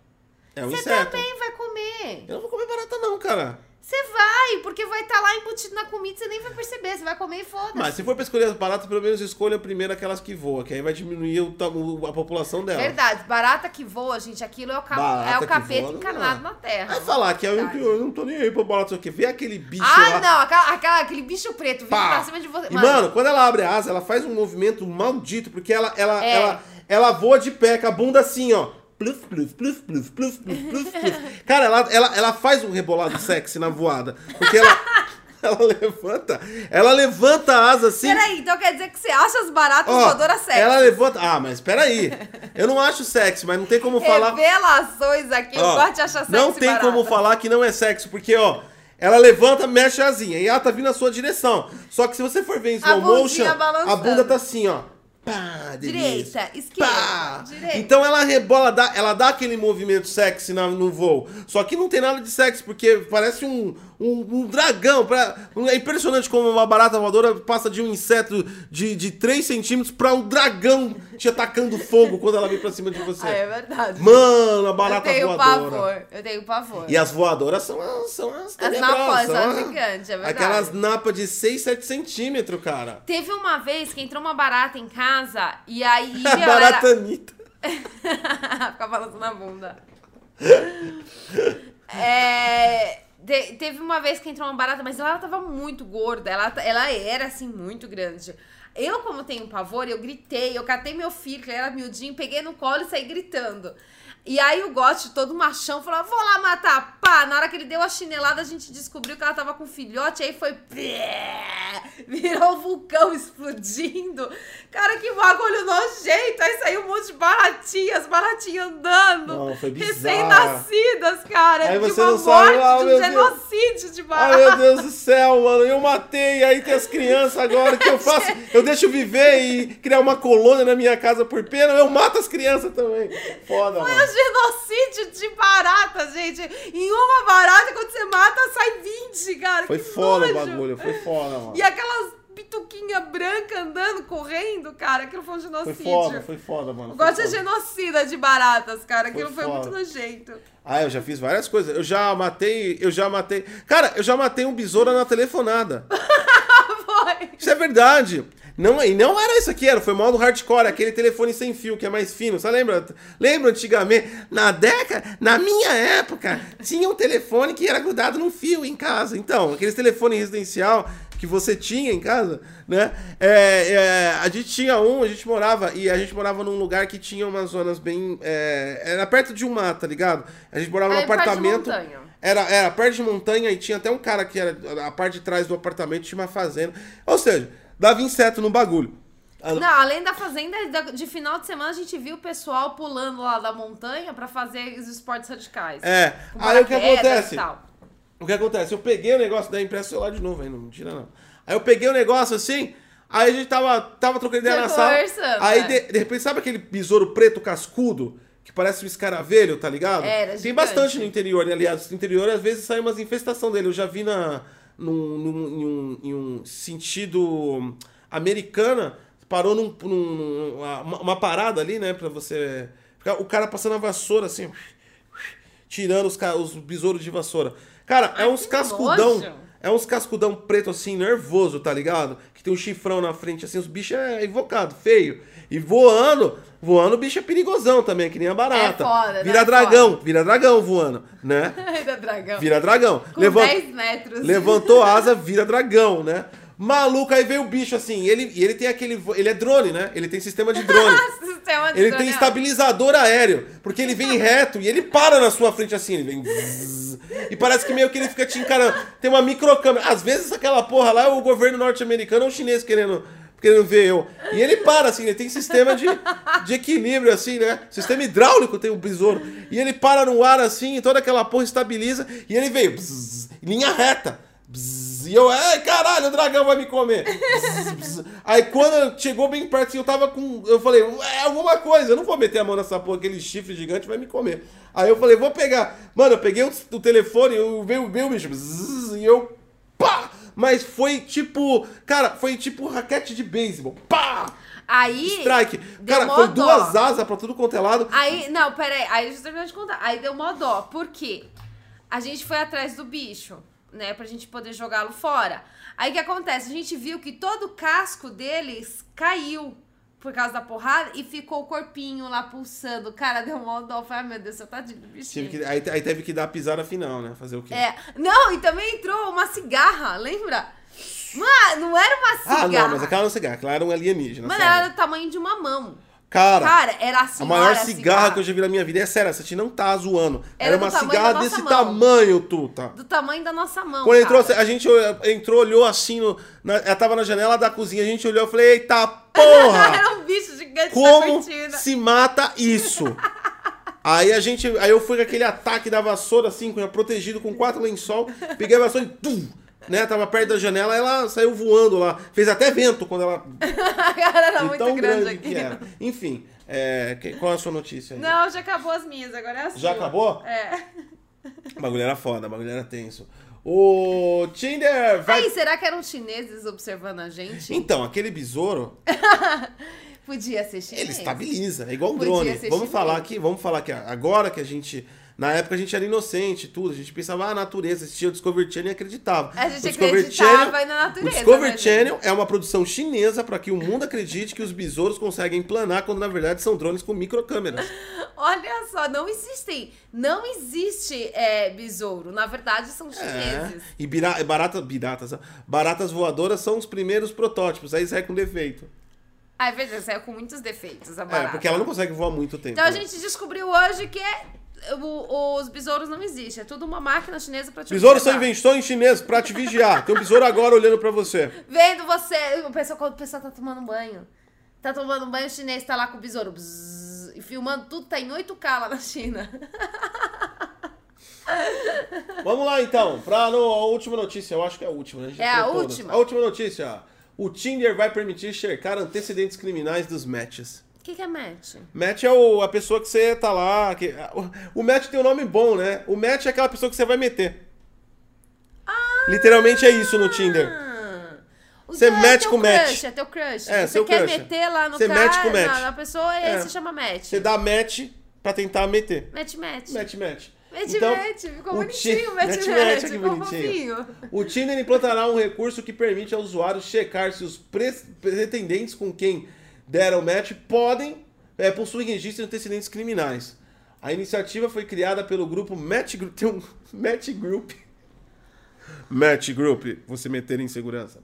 A: É um
B: Você
A: inseto.
B: também vai comer.
A: Eu não vou comer barata não, cara.
B: Você vai, porque vai estar lá embutido na comida, você nem vai perceber, você vai comer e foda-se.
A: Mas se for pra escolher as baratas, pelo menos escolha primeiro aquelas que voam, que aí vai diminuir o ta- o- a população dela.
B: Verdade, barata que voa, gente, aquilo é o, ca...
A: então. Barata
B: é
A: que
B: o capeta
A: voa, não é.
B: encarnado
A: dá.
B: na terra.
A: Aí falar que eu,
B: Verdade.
A: eu não tô nem aí pra barata, não sei o quê. Vê aquele bicho
B: Ah,
A: lá.
B: não, aquela, aquela- aquele bicho preto vindo
A: Pá.
B: pra cima de você.
A: E, mano, quando ela abre a asa, ela faz um movimento maldito, porque ela, ela,
B: É.
A: ela, ela voa de pé com a bunda assim, ó. Pluf, pluf, pluf, pluf, pluf, pluf, pluf,
B: [laughs]
A: pluf. Cara, ela, ela, ela faz um rebolado sexy na voada. Porque ela,
B: [laughs]
A: ela levanta. Ela levanta a asa assim.
B: Peraí, então quer dizer que você acha as baratas
A: ó,
B: voadoras sexy?
A: Ela levanta. Ah, mas peraí. Eu não acho sexy, mas não tem
B: [laughs] É
A: como falar.
B: Revelações aqui,
A: Ó,
B: o Corte acha sexy
A: Não tem
B: barata.
A: como falar que não é sexo, porque, ó, ela levanta, mexe a asinha e ela tá vindo na sua direção. Só que se você for ver em slow
B: bundinha
A: motion, a
B: balançando.
A: bunda tá assim, ó. Pá, delícia.
B: Direita, esquerda,
A: Pá.
B: direita.
A: Então ela rebola, dá- ela dá aquele movimento sexy na- no voo. Só que não tem nada de sexy, porque parece um, um, um dragão. pra- é impressionante como uma barata voadora passa de um inseto de, de 3 centímetros pra um dragão te atacando fogo quando ela vem pra cima de você.
B: [laughs] Ah, é verdade.
A: Mano, a
B: eu
A: barata
B: tenho
A: voadora.
B: pavor, eu tenho pavor.
A: E as voadoras são as são as, tenebrosas,
B: napas,
A: são
B: as
A: as-
B: gigantes, é verdade.
A: né? Aquelas napas de 6, 7 centímetros, cara.
B: Teve uma vez que entrou uma barata em casa e
A: [laughs]
B: aí, meu,
A: A barata Anitta.
B: era... [laughs] Ficava balançando a bunda. É, te- teve uma vez que entrou uma barata, mas ela tava muito gorda. Ela, ta- ela era, assim, muito grande. Eu, como tenho pavor, eu gritei. Eu catei meu filho, que ele era miudinho, peguei no colo e saí gritando. E aí o Gotti, todo machão, falou, vou lá matar. Pá, na hora que ele deu a chinelada, a gente descobriu que ela tava com filhote. Aí foi... Virou um vulcão explodindo. Cara, que bagulho nojento. Aí saiu um monte de baratinhas, baratinhas andando.
A: Não, foi bizarro.
B: Recém-nascidas, cara.
A: Aí
B: de
A: você
B: uma
A: não sabe,
B: morte,
A: ah,
B: de
A: meu
B: um
A: Deus.
B: genocídio de
A: Ai,
B: barata.
A: meu Deus do céu, mano. Eu matei, aí tem as crianças agora. O que eu
B: [laughs]
A: faço? Eu deixo viver e criar uma colônia na minha casa por pena. Eu mato as crianças também. Foda,
B: É [laughs] um
A: mano.
B: genocídio de barata, gente. Em uma barata, quando você mata, sai 20, cara.
A: Foi
B: que
A: foda o
B: um nojo.
A: bagulho, foi foda, mano.
B: E aquelas bituquinha branca andando, correndo, cara. Aquilo foi um
A: Foi
B: genocídio.
A: foda, foi foda, mano.
B: Eu
A: foi
B: gosto de
A: foda.
B: genocida de baratas, cara. Aquilo
A: Foi
B: foi,
A: foda.
B: muito nojento. [laughs]
A: Ah, eu já fiz várias coisas. Eu já matei, eu já matei. Cara, eu já matei um besouro na telefonada.
B: Foi.
A: Isso é verdade. Não, e não era isso aqui, era, foi mal do hardcore, aquele telefone sem fio que é mais fino. Você lembra? Lembra antigamente? Na década, na minha época, tinha um telefone que era grudado num fio em casa. Então, aqueles telefone residencial que você tinha em casa, né? É, é, a gente tinha um, a gente morava, e a gente morava num lugar que tinha umas zonas bem. é, era perto de um mar, tá ligado? A gente morava num
B: Aí, perto de
A: apartamento.
B: montanha.
A: Era, era perto de montanha e tinha até um cara que era a parte de trás do apartamento, tinha uma fazenda. Ou seja, dava inseto no bagulho. Ah,
B: Não, além da fazenda, da- de final de semana a gente viu o pessoal pulando lá da montanha pra fazer os esportes radicais.
A: É.
B: Com
A: Aí o que
B: paraquedas e
A: acontece?
B: tal. [laughs]
A: O que acontece? Eu peguei o negócio da impressa celular de novo, aí não tira não. Aí eu peguei o negócio assim, aí a gente tava, tava trocando ideia
B: Foi
A: na sala.
B: conversando,
A: Aí
B: é.
A: de, de repente, sabe aquele besouro preto cascudo? Que parece um escaravelho, tá ligado?
B: Era
A: Tem
B: gigante.
A: bastante no interior, né? aliás. No interior, às vezes, sai umas infestação dele. Eu já vi na, num, num- em, um, em um sentido americana parou num, num- num- uma, uma parada ali, né? Pra você. ficar- O cara passando a vassoura assim, tirando os, ca- os besouros de vassoura. Cara, é
B: Ai,
A: uns
B: que
A: cascudão.
B: nojo.
A: É uns cascudão preto assim, nervoso, tá ligado? Que tem um chifrão na frente, assim, os bichos é invocado, feio. E voando, voando o bicho é perigosão também, que nem a barata.
B: É foda, né?
A: vira
B: É
A: dragão, vira dragão voando, né?
B: Ainda é dragão.
A: Vira dragão.
B: Com 10 metros. [laughs]
A: Levantou asa, vira dragão, né? Maluco, aí veio o bicho assim. Ele, e ele tem aquele. vo- Ele é drone, né? Ele tem sistema de
B: [laughs]
A: drone.
B: Sistema de
A: ele tem
B: drone, ó.
A: estabilizador aéreo. Porque ele vem reto e ele para na sua frente assim. Ele vem. zzz, E parece que meio que ele fica te encarando. Tem uma microcâmera. Às vezes aquela porra lá é o governo norte-americano ou o chinês querendo. Querendo ver eu. E ele para, assim, ele tem sistema de, de equilíbrio, assim, né? Sistema hidráulico tem o besouro. E ele para no ar, assim, e toda aquela porra estabiliza. E ele veio. bzzz, linha reta. Bzz, E eu, ai caralho, o dragão vai me comer. Bzz, bzz. Aí quando chegou bem perto, assim, eu tava com. Eu falei, é alguma coisa, eu não vou meter a mão nessa porra, aquele chifre gigante vai me comer. Aí eu falei, vou pegar. Mano, eu peguei o, o telefone, eu veio veio o bicho. bzz, E eu, pá! Mas foi tipo. Cara, foi tipo raquete de beisebol. Pá!
B: Aí.
A: Strike.
B: deu
A: Cara,
B: mó
A: foi
B: dó. Ah,
A: duas asas pra tudo quanto é lado.
B: Aí, não, peraí. Aí deixa eu terminar de contar. Aí deu mó dó. Por quê? A gente foi atrás do bicho, né? Pra gente poder jogá-lo fora. Aí o que acontece? A gente viu que todo o casco deles caiu por causa da porrada e ficou o corpinho lá pulsando. Cara, deu mó dó. Falei, ai meu Deus, seu tadinho do
A: Tive
B: bichinho.
A: que- aí, aí teve que dar a pisada final, né? Fazer o quê?
B: É. Não, e também entrou uma cigarra, lembra? Mano, não era uma
A: ah,
B: cigarra.
A: não, mas aquela não é cigarra, aquela era um alienígena.
B: Mano,
A: sério.
B: ela era do tamanho de uma mão.
A: Cara,
B: Cara, era assim, a
A: a
B: senhora
A: maior cigarra, que eu já vi na minha vida. É sério, essa tia não tá zoando. Era,
B: Era do
A: uma
B: tamanho
A: cigarra
B: da nossa
A: desse
B: mão.
A: tamanho, Tuta.
B: Do tamanho da nossa mão,
A: Quando entrou,
B: cara.
A: a gente olhou- entrou, olhou assim, no, na- ela tava na janela da cozinha, a gente olhou e falei, eita porra!
B: [laughs] [laughs] Era um bicho gigante na
A: Como
B: cortina.
A: se mata isso? Aí a gente. Aí eu fui com aquele ataque da vassoura, assim, com- protegido com quatro lençol, peguei a vassoura e tum! Né, tava perto da janela, ela saiu voando lá. Fez até vento quando ela.
B: [laughs] A cara era
A: de
B: Tá muito
A: tão
B: grande, aqui.
A: que era. Enfim, é, que- qual é a sua notícia aí?
B: Não, já acabou as minhas, agora é a sua.
A: Já acabou?
B: É.
A: O bagulho era foda, o bagulho era tenso. O Tinder vai.
B: Aí, será que eram chineses observando a gente?
A: Então, aquele besouro, Então.
B: [laughs] Podia ser chinês.
A: ele estabiliza, é igual um
B: Podia
A: drone.
B: ser
A: Vamos
B: chinês.
A: falar aqui, vamos falar que agora que a gente. Na época a gente era inocente, e tudo. A gente pensava, ah, a natureza, assistia o Discovery Channel e acreditava.
B: A gente
A: O Discovery
B: acreditava na natureza,
A: O Discovery
B: né, gente?
A: Channel é uma produção chinesa para que o mundo acredite que os besouros conseguem planar quando na verdade são drones com
B: [laughs]
A: microcâmeras.
B: Olha só, não existem. Não existe é, besouro. Na verdade, são
A: É.
B: chineses.
A: E bira- barata, biratas, ó. baratas voadoras são os primeiros protótipos, aí sai com defeito.
B: Ai, veja, saiu com muitos defeitos a
A: É,
B: barata.
A: porque ela não consegue voar muito tempo.
B: Então a
A: né?
B: gente descobriu hoje que é- o- os besouros não existem. É tudo uma máquina chinesa pra te
A: Besouros são
B: observar.
A: invenções chinesas pra te vigiar. Tem um besouro agora olhando pra você.
B: Vendo você. O pessoal, quando o pessoal tá tomando banho. Tá tomando banho, o chinês tá lá com o besouro. bzzz, e filmando tudo, tá em 8K lá na China.
A: Vamos lá então, pra no, a última notícia. Eu acho que é a última, né? gente
B: É
A: já
B: a
A: falou
B: última.
A: A última notícia. O Tinder vai permitir cercar antecedentes criminais dos matches.
B: O que, que é match?
A: Match é o- a pessoa que você tá lá. que- o, o match tem um nome bom, né? O match é aquela pessoa que você vai meter. Literalmente é isso no Tinder.
B: Ah, o
A: Você
B: teu-
A: match
B: teu
A: com
B: crush,
A: match.
B: É teu crush.
A: É,
B: você
A: seu
B: quer
A: crush.
B: meter lá no
A: Você
B: cara,
A: match com
B: na-
A: match.
B: na pessoa, e
A: É.
B: aí se chama match.
A: Você dá match pra tentar meter.
B: Match, match.
A: Match, match.
B: Match,
A: Então,
B: match. Ficou
A: o
B: bonitinho,
A: Ti-
B: match, match.
A: match, olha que
B: ficou
A: bonitinho.
B: fofinho.
A: O Tinder implantará um recurso que permite ao usuário checar se os pre- pretendentes com quem deram match podem é, possuir registro de antecedentes criminais. A iniciativa foi criada pelo grupo Match Group. Tem um [laughs] Match Group. Match Group, você meter em segurança.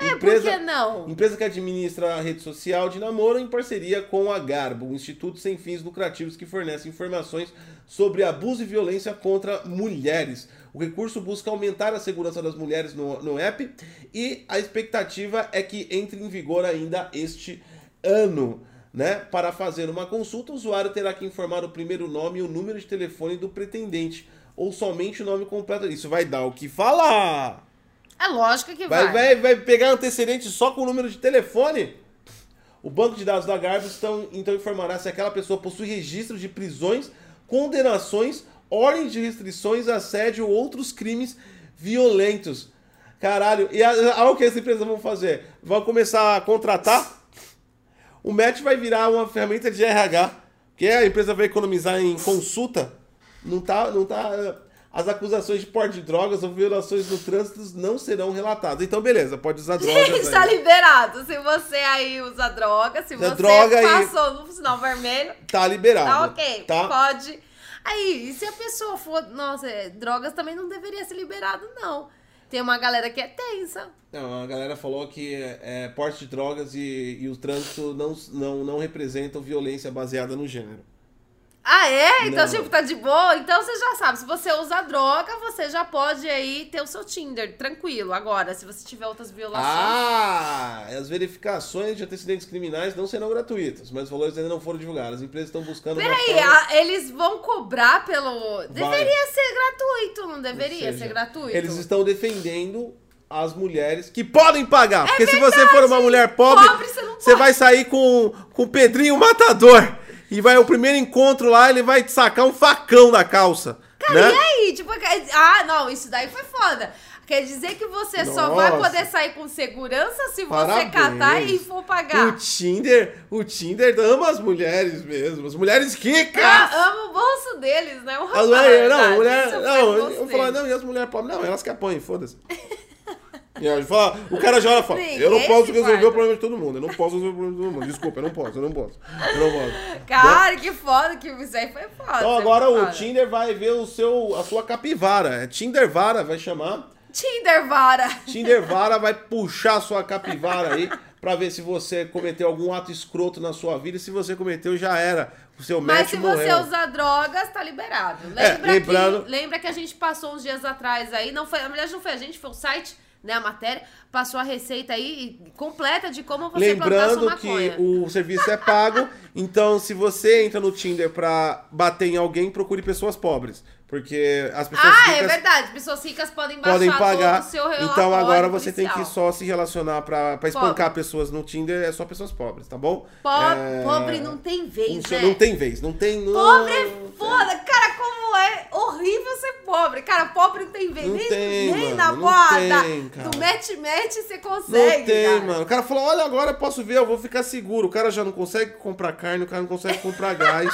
B: É, por que não?
A: Empresa que administra a rede social de namoro em parceria com a Garbo, um instituto sem fins lucrativos que fornece informações sobre abuso e violência contra mulheres. O recurso busca aumentar a segurança das mulheres no, no app e a expectativa é que entre em vigor ainda este ano. Né? Para fazer uma consulta, o usuário terá que informar o primeiro nome e o número de telefone do pretendente, ou somente o nome completo. Isso vai dar o que falar!
B: É lógico que vai.
A: Vai, vai, vai pegar antecedente só com o número de telefone? O banco de dados da Garbo estão, então informará se aquela pessoa possui registro de prisões, condenações, ordens de restrições, assédio ou outros crimes violentos. Caralho, e a- olha o que essa empresa vão fazer. Vão começar a contratar o match vai virar uma ferramenta de RH. Porque a empresa vai economizar em consulta. Não tá, não tá. As acusações de porte de drogas ou violações no trânsito não serão relatadas. Então, beleza, pode usar drogas.
B: [laughs]
A: aí.
B: Está tá liberado. Se você aí usa droga, se
A: Usa
B: você
A: droga e-
B: passou no sinal vermelho,
A: Tá liberado.
B: tá ok.
A: Tá?
B: Pode. Aí, e se a pessoa for. Nossa, é, drogas também não deveria ser liberado, não. Tem uma galera que é tensa.
A: Não, a galera falou que é, é, porte de drogas e, e o trânsito não, não, não representam violência baseada no gênero.
B: Ah, é? Então,
A: Não.
B: tipo, tá de boa? Então você já sabe. Se você usa droga, você já pode aí ter o seu Tinder, tranquilo. Agora, se você tiver outras violações.
A: Ah! As verificações de antecedentes criminais não serão gratuitas, mas os valores ainda não foram divulgados. As empresas estão buscando. uma
B: Peraí,
A: forma-
B: a- eles vão cobrar pelo. Deveria ser gratuito, não deveria
A: Ou seja,
B: ser gratuito.
A: Eles estão defendendo as mulheres que podem pagar. porque se você for uma mulher pobre,
B: Pobre, você não É pode.
A: vai sair com, com o Pedrinho Matador. E vai o primeiro encontro lá, ele vai te sacar um facão da calça.
B: Cara,
A: né?
B: e aí? Tipo, quer dizer- ah, não, isso daí foi foda. Quer dizer que você só vai
A: Nossa.
B: poder sair com segurança se você
A: Parabéns.
B: catar e é, for
A: O
B: pagar.
A: Tinder, o Tinder ama as mulheres mesmo, as mulheres ricas.
B: Ah, amo o bolso deles, né? O
A: As
B: rapaz,
A: mulheres,
B: verdade,
A: é, Ah, não, mulher,
B: isso foi
A: não,
B: o bolso
A: eu vou falar,
B: deles.
A: não, e as mulheres pobres? Não, elas que apanham, foda-se. E aí, fala, o cara já olha e fala,
B: Sim,
A: eu não
B: esse
A: posso resolver
B: guarda.
A: o problema de todo mundo, eu não posso resolver o problema de todo mundo, desculpa, eu não posso, eu não posso, eu não posso.
B: Cara, que foda, que isso aí foi foda.
A: Então agora o
B: foda.
A: Tinder vai ver o seu, a sua capivara, é Tinder Vara, vai chamar,
B: Tinder vara.
A: Tinder Vara vai puxar a sua capivara aí pra ver se você cometeu algum ato escroto na sua vida, e se você cometeu, já era, o seu
B: Mas
A: match
B: se você
A: morreu.
B: usar drogas, tá liberado. Lembra,
A: É, lembrando-
B: que, lembra que a gente passou uns dias atrás aí, não foi, na verdade não foi a gente, foi o site, né, a matéria, passou a receita aí e- completa de como você plantar sua
A: Lembrando que
B: maconha.
A: o serviço é
B: [laughs]
A: pago, então se você entra no Tinder pra bater em alguém, procure pessoas pobres. Porque as pessoas
B: Ah, é
A: ricas
B: verdade, pessoas ricas podem baixar
A: podem pagar.
B: todo o seu relatório
A: Então agora você tem
B: policial.
A: que só se relacionar pra, pra espancar pessoas no Tinder, é só pessoas pobres, tá bom?
B: Pobre,
A: É,
B: pobre não tem vez,
A: funciona-
B: né?
A: Não tem vez, não tem. não-
B: Pobre é foda, cara, como é horrível ser pobre. Cara, pobre não tem vez,
A: Não
B: nem,
A: tem,
B: nem
A: mano,
B: na
A: não
B: borda.
A: tem, cara.
B: Do match-match você
A: Não
B: consegue,
A: tem,
B: cara.
A: mano. O cara falou: olha, agora eu posso ver, eu vou ficar seguro. O cara já não consegue comprar carne, o cara não consegue comprar gás,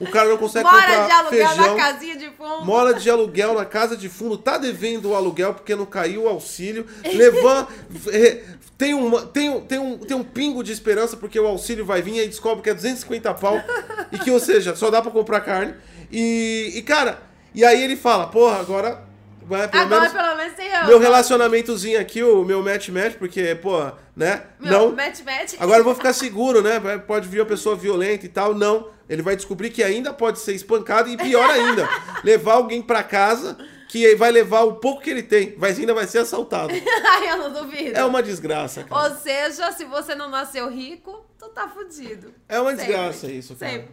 A: o cara não consegue
B: Mora
A: comprar
B: de aluguel
A: feijão.
B: na casinha de fundo.
A: Mora de aluguel na casa de fundo, tá devendo o aluguel porque não caiu o auxílio. Levan, [laughs] eh, tem, uma, tem, um- tem, um, tem um pingo de esperança porque o auxílio vai vir e aí descobre que é 250 pau [laughs] e que, ou seja, só dá pra comprar carne. E, e, cara, e aí ele fala: porra, agora vai pelo
B: Agora
A: menos.
B: pelo menos tem eu.
A: Meu relacionamentozinho aqui, o meu match-match, porque, pô, né?
B: Meu,
A: não.
B: match-match.
A: Agora eu vou ficar seguro, né? Vai- Pode vir uma pessoa violenta e tal. Não. Ele vai descobrir que ainda pode ser espancado e pior
B: [laughs]
A: ainda, levar alguém pra casa que vai levar o pouco que ele tem, mas ainda vai ser assaltado.
B: [laughs] Ai, eu não duvido.
A: É uma desgraça, cara.
B: Ou seja, se você não nasceu rico, tu tá fudido.
A: É uma
B: Sempre.
A: desgraça isso, cara.
B: Sempre.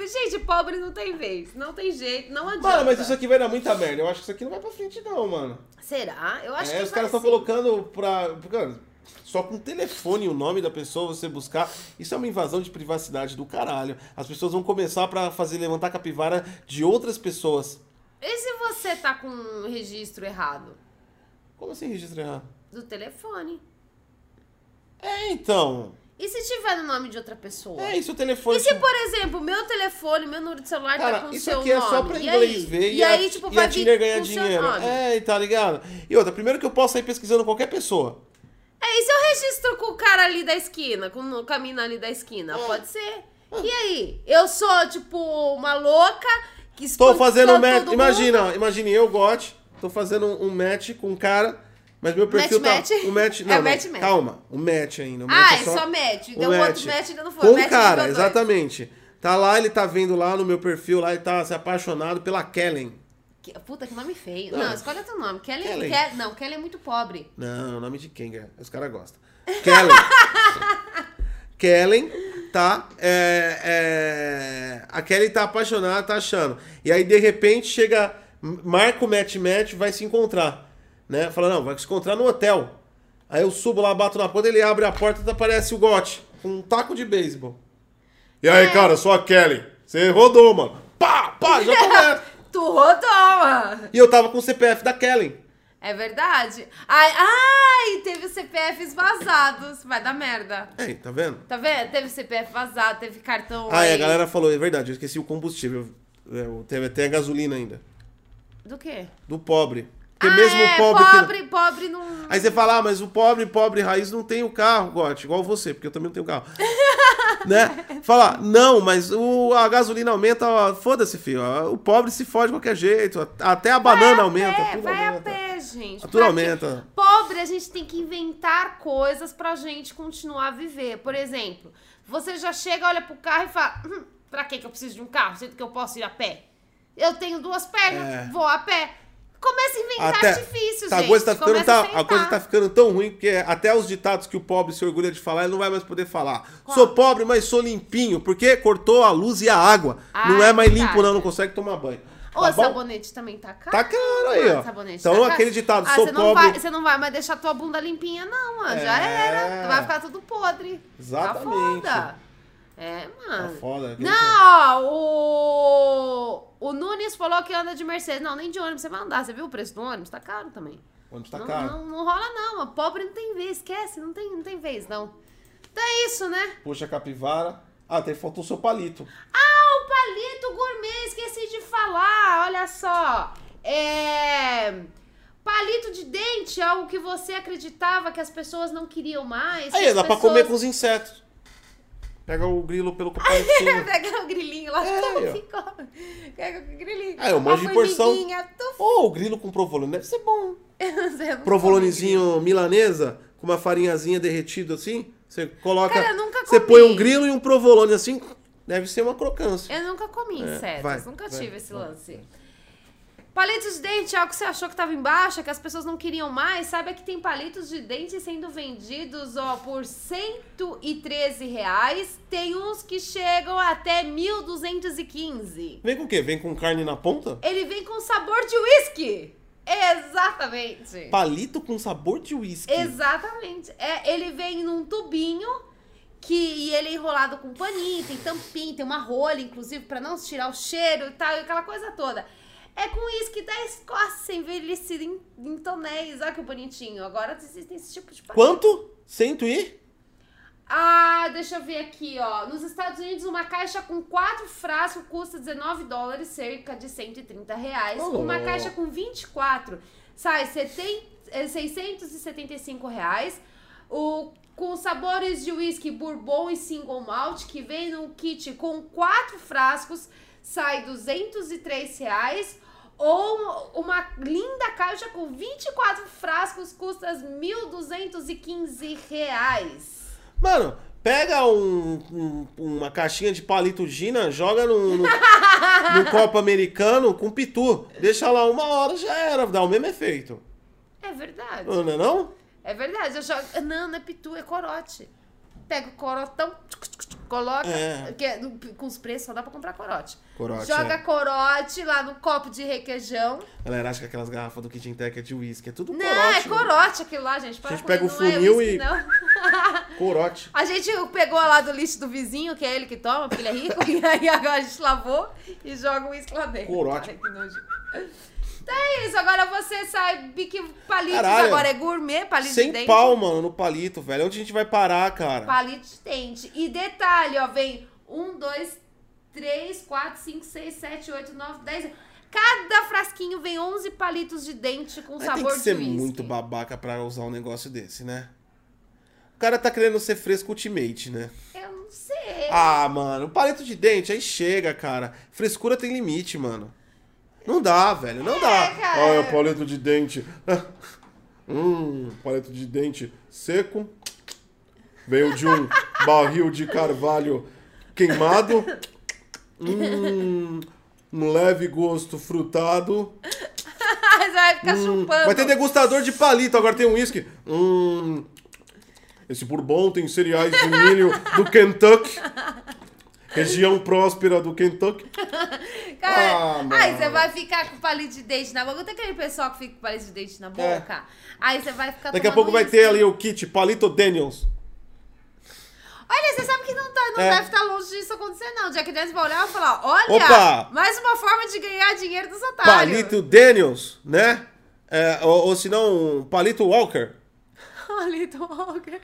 B: Gente, pobre não tem vez. Não tem jeito, não adianta.
A: Mano, mas isso é- aqui vai dar muita merda. Eu acho que isso aqui não vai pra frente, não, mano.
B: Será? Eu acho
A: É,
B: que
A: os
B: vai
A: caras estão
B: sim.
A: colocando pra. cara, só com o telefone e o nome da pessoa você buscar. Isso é uma invasão de privacidade do caralho. As pessoas vão começar pra fazer levantar capivara de outras pessoas.
B: E se você tá com um registro errado?
A: Como assim registro errado?
B: Do telefone.
A: É, então.
B: E se tiver no nome de outra pessoa?
A: É isso, o telefone.
B: E se, por exemplo, meu telefone, meu número de celular
A: Cara,
B: tá com o
A: isso
B: seu
A: aqui
B: nome?
A: é só pra
B: E
A: inglês
B: aí?
A: ver
B: E aí, tipo,
A: e
B: vai
A: a
B: vir
A: Tinder ganhar
B: com seu
A: dinheiro.
B: nome.
A: É, e tá ligado? E outra, primeiro que eu posso sair pesquisando qualquer pessoa.
B: É, e se eu registro com o cara ali da esquina, com o caminho ali da esquina?
A: É.
B: Pode ser. E aí? Eu sou, tipo, uma louca que
A: Tô
B: espancando
A: fazendo um match.
B: tá todo
A: Imagina, ó, imagine eu, Gotti, tô fazendo um um match com um cara, mas meu perfil
B: Match,
A: tá.
B: match?
A: Um match,
B: É
A: não, não,
B: match, match.
A: Calma, um match ainda. Um
B: Ah,
A: match
B: é só match.
A: um
B: Deu outro match ainda não foi.
A: Com
B: Match
A: o cara,
B: nível dois.
A: exatamente. Tá lá, ele tá vendo lá no meu perfil, lá ele tá se apaixonado pela Kellen.
B: Que- Puta, que nome feio.
A: Não.
B: Não, escolhe outro nome. Kelly,
A: Kelly.
B: Ke- Não, Kelly é muito pobre.
A: Não, nome de quem, cara? Os caras gostam. Kellen. Kellen, tá? É, é, a Kellen tá apaixonada, tá achando. E aí, de repente, chega. Marca o match-match, vai se encontrar. Né? Fala, não, vai se encontrar no hotel. Aí eu subo lá, bato na porta, ele abre a porta e aparece o Gotti. Com um taco de beisebol. E aí, cara, sou a Kellen. Você rodou,
B: [laughs]
A: mano. Pá, pá, já começa.
B: Tu rodou, mano.
A: e eu tava com o CPF da Kellen.
B: É verdade. Ai, ai, teve CPFs vazados. Vai dar merda.
A: Aí, tá vendo?
B: Tá vendo? Teve CPF vazado, teve cartão.
A: Ah, é,
B: aí.
A: a galera falou, é verdade, eu esqueci o combustível. É, o- teve até a gasolina ainda.
B: Do quê?
A: Do pobre. Porque
B: ah,
A: mesmo
B: é,
A: o pobre. que-
B: pobre, pobre não.
A: Aí você fala, ah, mas o pobre, pobre raiz não tem o carro, Gotti, igual você, porque eu também não tenho
B: [laughs]
A: carro. né? Fala, não, mas o, a gasolina aumenta, ó, foda-se, filho. ó, O pobre se fode de qualquer jeito. a- Até a banana aumenta.
B: É,
A: tudo
B: vai
A: aumenta.
B: a pé, gente.
A: Tudo
B: Pra quê?
A: aumenta.
B: Pobre, a gente tem que inventar coisas pra gente continuar a viver. Por exemplo, você já chega, olha pro carro e fala: hum, pra que que eu preciso de um carro, sendo que eu posso ir a pé? Eu tenho duas pernas,
A: É.
B: vou a pé. Começa a inventar
A: Até,
B: artifícios,
A: tá, a
B: gente.
A: coisa tá ficando,
B: Começa
A: tá-
B: a
A: a coisa
B: inventar.
A: tá ficando tão ruim que até os ditados que o pobre se orgulha de falar, ele não vai mais poder falar. Sou pobre, mas sou limpinho, porque cortou a luz e a água.
B: Ah,
A: não é mais
B: é
A: limpo,
B: verdade.
A: não, não consegue tomar banho.
B: Ô,
A: tá bom?
B: sabonete também tá caro.
A: Tá caro aí, ó.
B: Ah, sabonete
A: Então,
B: tá caro.
A: aquele ditado,
B: Ah,
A: sou
B: você Não
A: pobre-
B: vai, você não vai mais deixar tua bunda limpinha, não, ó. Já
A: É.
B: era. Vai ficar tudo podre.
A: Exatamente.
B: Tá foda. É, mano.
A: Tá foda, aquele
B: Não, ó, o... O Nunes falou que anda de Mercedes. Não, nem de ônibus você vai andar. Você viu o preço do ônibus? Tá caro também.
A: Onde tá
B: não,
A: caro?
B: Não, não rola, não. A pobre não tem vez. Esquece. Não tem, não tem vez, não. Então é isso, né?
A: Puxa a capivara. Ah, até faltou o seu palito.
B: Ah, o palito gourmet, esqueci de falar. Olha só. É. Palito de dente, é algo que você acreditava que as pessoas não queriam mais. que
A: Aí,
B: as
A: dá pra
B: pessoas- É
A: comer com os insetos. Pega o grilo
B: [laughs]
A: pelo palitinho.
B: Pega o grilinho lá, [laughs]
A: É,
B: como
A: ó.
B: ficou? Pega o grilinho.
A: Ah, é um monte
B: A
A: de porção.
B: formiguinha, tuf.
A: Ou o grilo com provolone. Deve ser bom.
B: Você não
A: Provolonezinho milanesa, com uma farinhazinha derretida assim. Você coloca.
B: Cara, eu nunca
A: Você
B: comi.
A: põe um grilo e um provolone assim. Deve ser uma crocância.
B: Eu nunca comi insetos,
A: É, vai,
B: nunca
A: vai,
B: tive esse
A: vai,
B: lance. Palitos de dente é algo que você achou que tava embaixo, que as pessoas não queriam mais. Sabe é que tem palitos de dente sendo vendidos, ó, por 113 reais. Tem uns que chegam até 1.215.
A: Vem com o quê? Vem com carne na ponta?
B: Ele vem com sabor de uísque! Exatamente!
A: Palito com sabor de uísque.
B: Exatamente. É, ele vem num tubinho que e ele é enrolado com paninho, tem tampinha, tem uma rolha, inclusive, pra não tirar o cheiro e tal, e aquela coisa toda. É com uísque da Escócia envelhecido em, em tonéis. Olha que bonitinho. Agora existem esse tipo de palito.
A: Quanto? Cento e?
B: Ah, deixa eu ver aqui, ó. Nos Estados Unidos, uma caixa com quatro frascos custa 19 dólares, cerca de 130 reais.
A: Ô,
B: Uma
A: louco.
B: caixa com 24 sai 70, eh, 675 reais. O, com sabores de whisky bourbon e single malt, que vem num kit com quatro frascos, sai 203 reais. Ou uma linda caixa com 24 frascos custa 1.215 reais.
A: Mano, pega um, um- uma caixinha de palito Gina, joga num, num-
B: [laughs]
A: num copo americano com pitu. Deixa lá uma hora, já era. Dá o mesmo efeito.
B: É verdade.
A: Não é não?
B: É verdade. Eu jogo. Não, não é pitu, é corote. Pega o corotão, tchuc, tchuc, tchuc, coloca.
A: É.
B: que é no- com os preços só dá pra comprar corote.
A: Corote,
B: Joga
A: é.
B: corote lá no copo de requeijão.
A: Galera, acha que aquelas garrafas do Kitchen Tech é de uísque. É tudo
B: não, é
A: corote. mano.
B: corote aquilo lá, gente. Para
A: A gente
B: com
A: pega
B: isso,
A: o
B: não [laughs]
A: funil
B: é uísque,
A: e-
B: Não.
A: Corote.
B: A gente pegou lá do lixo do vizinho, que é ele que toma, porque ele é rico, [laughs] e aí agora a gente lavou e joga o uísque lá dentro.
A: Corote.
B: Ai, que nojo. Então é isso, agora você sabe que palitos
A: Caralho.
B: agora é gourmet, palito de
A: Sem
B: dente.
A: pau, mano, no palito, velho. Onde a gente vai parar, cara?
B: palito de dente. E detalhe, ó, vem um, dois, três, quatro, cinco, seis, sete, oito, nove, dez. Cada frasquinho vem 11 palitos de dente com
A: Mas tem
B: um sabor
A: que ser
B: de uísque.
A: muito babaca pra usar um negócio desse, né? O cara tá querendo ser fresco ultimate, né?
B: Eu não sei. [laughs]
A: Ah, mano, palito de dente, aí chega, cara. Frescura tem limite, mano. Não dá, velho, não dá.
B: cara.
A: Ah, é o palito de dente. [laughs] hum, palito de dente seco. Veio de um barril de carvalho queimado. Hum, um leve gosto frutado.
B: Você vai ficar chupando.
A: Hum, Vai ter degustador de palito, agora tem um uísque. Hum. Esse bourbon tem cereais de milho do Kentucky. Região próspera do Kentucky.
B: Cara,
A: Ah,
B: aí
A: mano.
B: você vai ficar com palito de dente na boca. Tem aquele pessoal que fica com palito de dente na
A: É.
B: boca. Aí você vai ficar
A: Daqui a
B: tomando
A: pouco vai
B: uísque.
A: ter ali o kit Palito Daniels.
B: Olha, você sabe que não, tá, não
A: É.
B: deve estar longe disso acontecer, não. Jack Daniels vai olhar e vai falar, olha,
A: Opa!
B: mais uma forma de ganhar dinheiro dos otários.
A: Palito Daniels, né? É, ou, ou se não, um palito Walker.
B: [laughs] Palito Walker.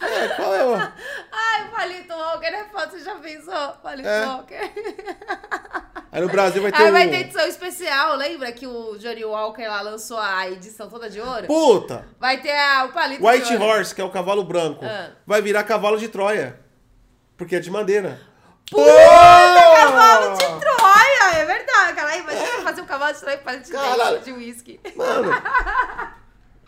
A: É, qual é o.
B: Ai, Palito Walker é foda, você já pensou? Palito
A: É.
B: Walker.
A: Aí no Brasil vai ter
B: Aí
A: um.
B: Ah, vai ter edição especial, lembra que o Johnny Walker lá lançou a edição toda de ouro?
A: Puta!
B: Vai ter a- o Palito
A: White
B: de ouro.
A: Horse, que é o cavalo branco,
B: Ah.
A: vai virar cavalo de Troia. Porque é de madeira.
B: Puta, cavalo de Troia! É verdade, cara. Imagina fazer um cavalo de Troia com palito de
A: Caralho.
B: dente de uísque.
A: Mano!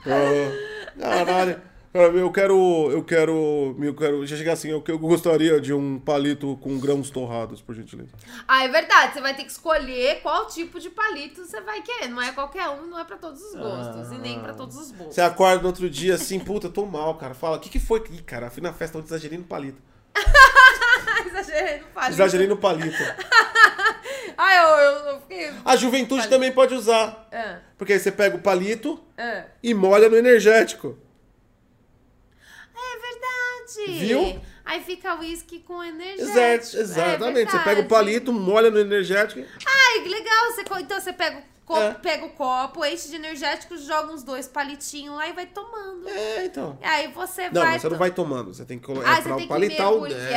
A: Ah, Caralho! Ah, Eu quero. Eu quero. Eu quero. Já chegar assim, eu, eu gostaria de um palito com grãos torrados, por gentileza.
B: Ah, é verdade. Você vai ter que escolher qual tipo de palito você vai querer. Não é qualquer um, não é pra todos os gostos. E nem pra todos os bolsos.
A: Ah. Você
B: [laughs]
A: acorda no outro dia assim, puta, tô mal, cara. Fala, o que, que foi? Ih, cara, fui na festa ontem exagerei no palito.
B: Exagerei no palito.
A: Exagerei no palito.
B: Ah, eu, eu, eu fiquei...
A: A juventude também pode usar.
B: Ah,
A: Porque aí você pega o palito
B: ah.
A: e molha no energético.
B: É verdade.
A: Viu?
B: Aí fica uísque com
A: Exato,
B: energético. É
A: exatamente. você
B: verdade.
A: pega o palito, molha no energético. e-
B: Ai, que legal. Você, co- então você pega o copo,
A: É.
B: pega o copo, enche de energético, joga uns dois palitinhos lá e vai tomando.
A: É, então.
B: Aí você
A: Não,
B: vai...
A: mas você não
B: to-
A: vai tomando. Você tem que é colocar
B: Ah, você tem que
A: palitar o.
B: mergulhar.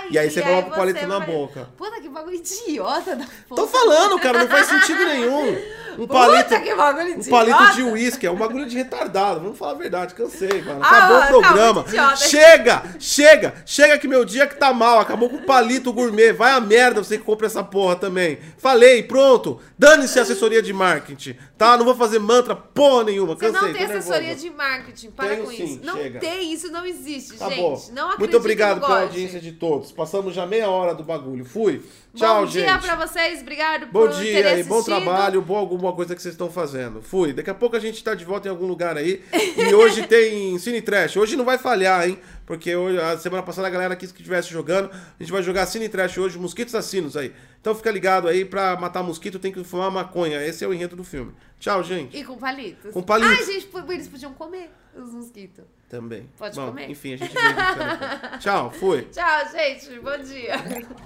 A: é. né? E aí você coloca o palito
B: você
A: na
B: vai-
A: boca.
B: Puta, que bagulho idiota da porra.
A: Tô falando, cara, não faz sentido nenhum. Um palito.
B: Puta, que bagulho
A: Um
B: idiota.
A: palito de uísque, é um bagulho de retardado. Vamos falar a verdade, cansei, mano.
B: Ah,
A: Acabou
B: tá
A: o programa.
B: muito idiota.
A: chega, chega, chega que meu dia que tá mal. Acabou com o palito gourmet. Vai a merda você que compra essa porra também. Falei, pronto. Dane-se a assessoria de marketing, tá? Não vou fazer mantra porra nenhuma.
B: Você
A: Cansei,
B: não tem
A: tô nervoso.
B: assessoria de marketing, para
A: Tenho
B: com
A: sim,
B: isso. não
A: chega.
B: tem, isso não existe,
A: Tá
B: gente.
A: bom.
B: Não acredito
A: Muito obrigado
B: no
A: pela
B: God.
A: audiência de todos. Passamos já meia hora do bagulho. Fui. Tchau,
B: bom
A: gente.
B: dia pra vocês, obrigado
A: Bom
B: por terem
A: dia e
B: assistido.
A: bom trabalho, bom alguma coisa que vocês estão fazendo. Fui. Daqui a pouco a gente tá de volta em algum lugar aí.
B: [laughs]
A: E hoje tem Cine Trash. Hoje não vai falhar, hein? Porque hoje, a semana passada a galera quis que estivesse jogando. A gente vai jogar Cine Trash hoje, Mosquitos Assassinos aí. Então fica ligado aí, pra matar mosquito tem que fumar maconha. Esse é o enredo do filme. Tchau, gente.
B: E com palitos.
A: Com palitos.
B: Ai, gente, p- eles podiam comer os mosquitos.
A: Também.
B: Pode
A: Bom,
B: comer. [laughs]
A: enfim, a gente vê. isso depois. Tchau, fui.
B: Tchau, gente, bom dia.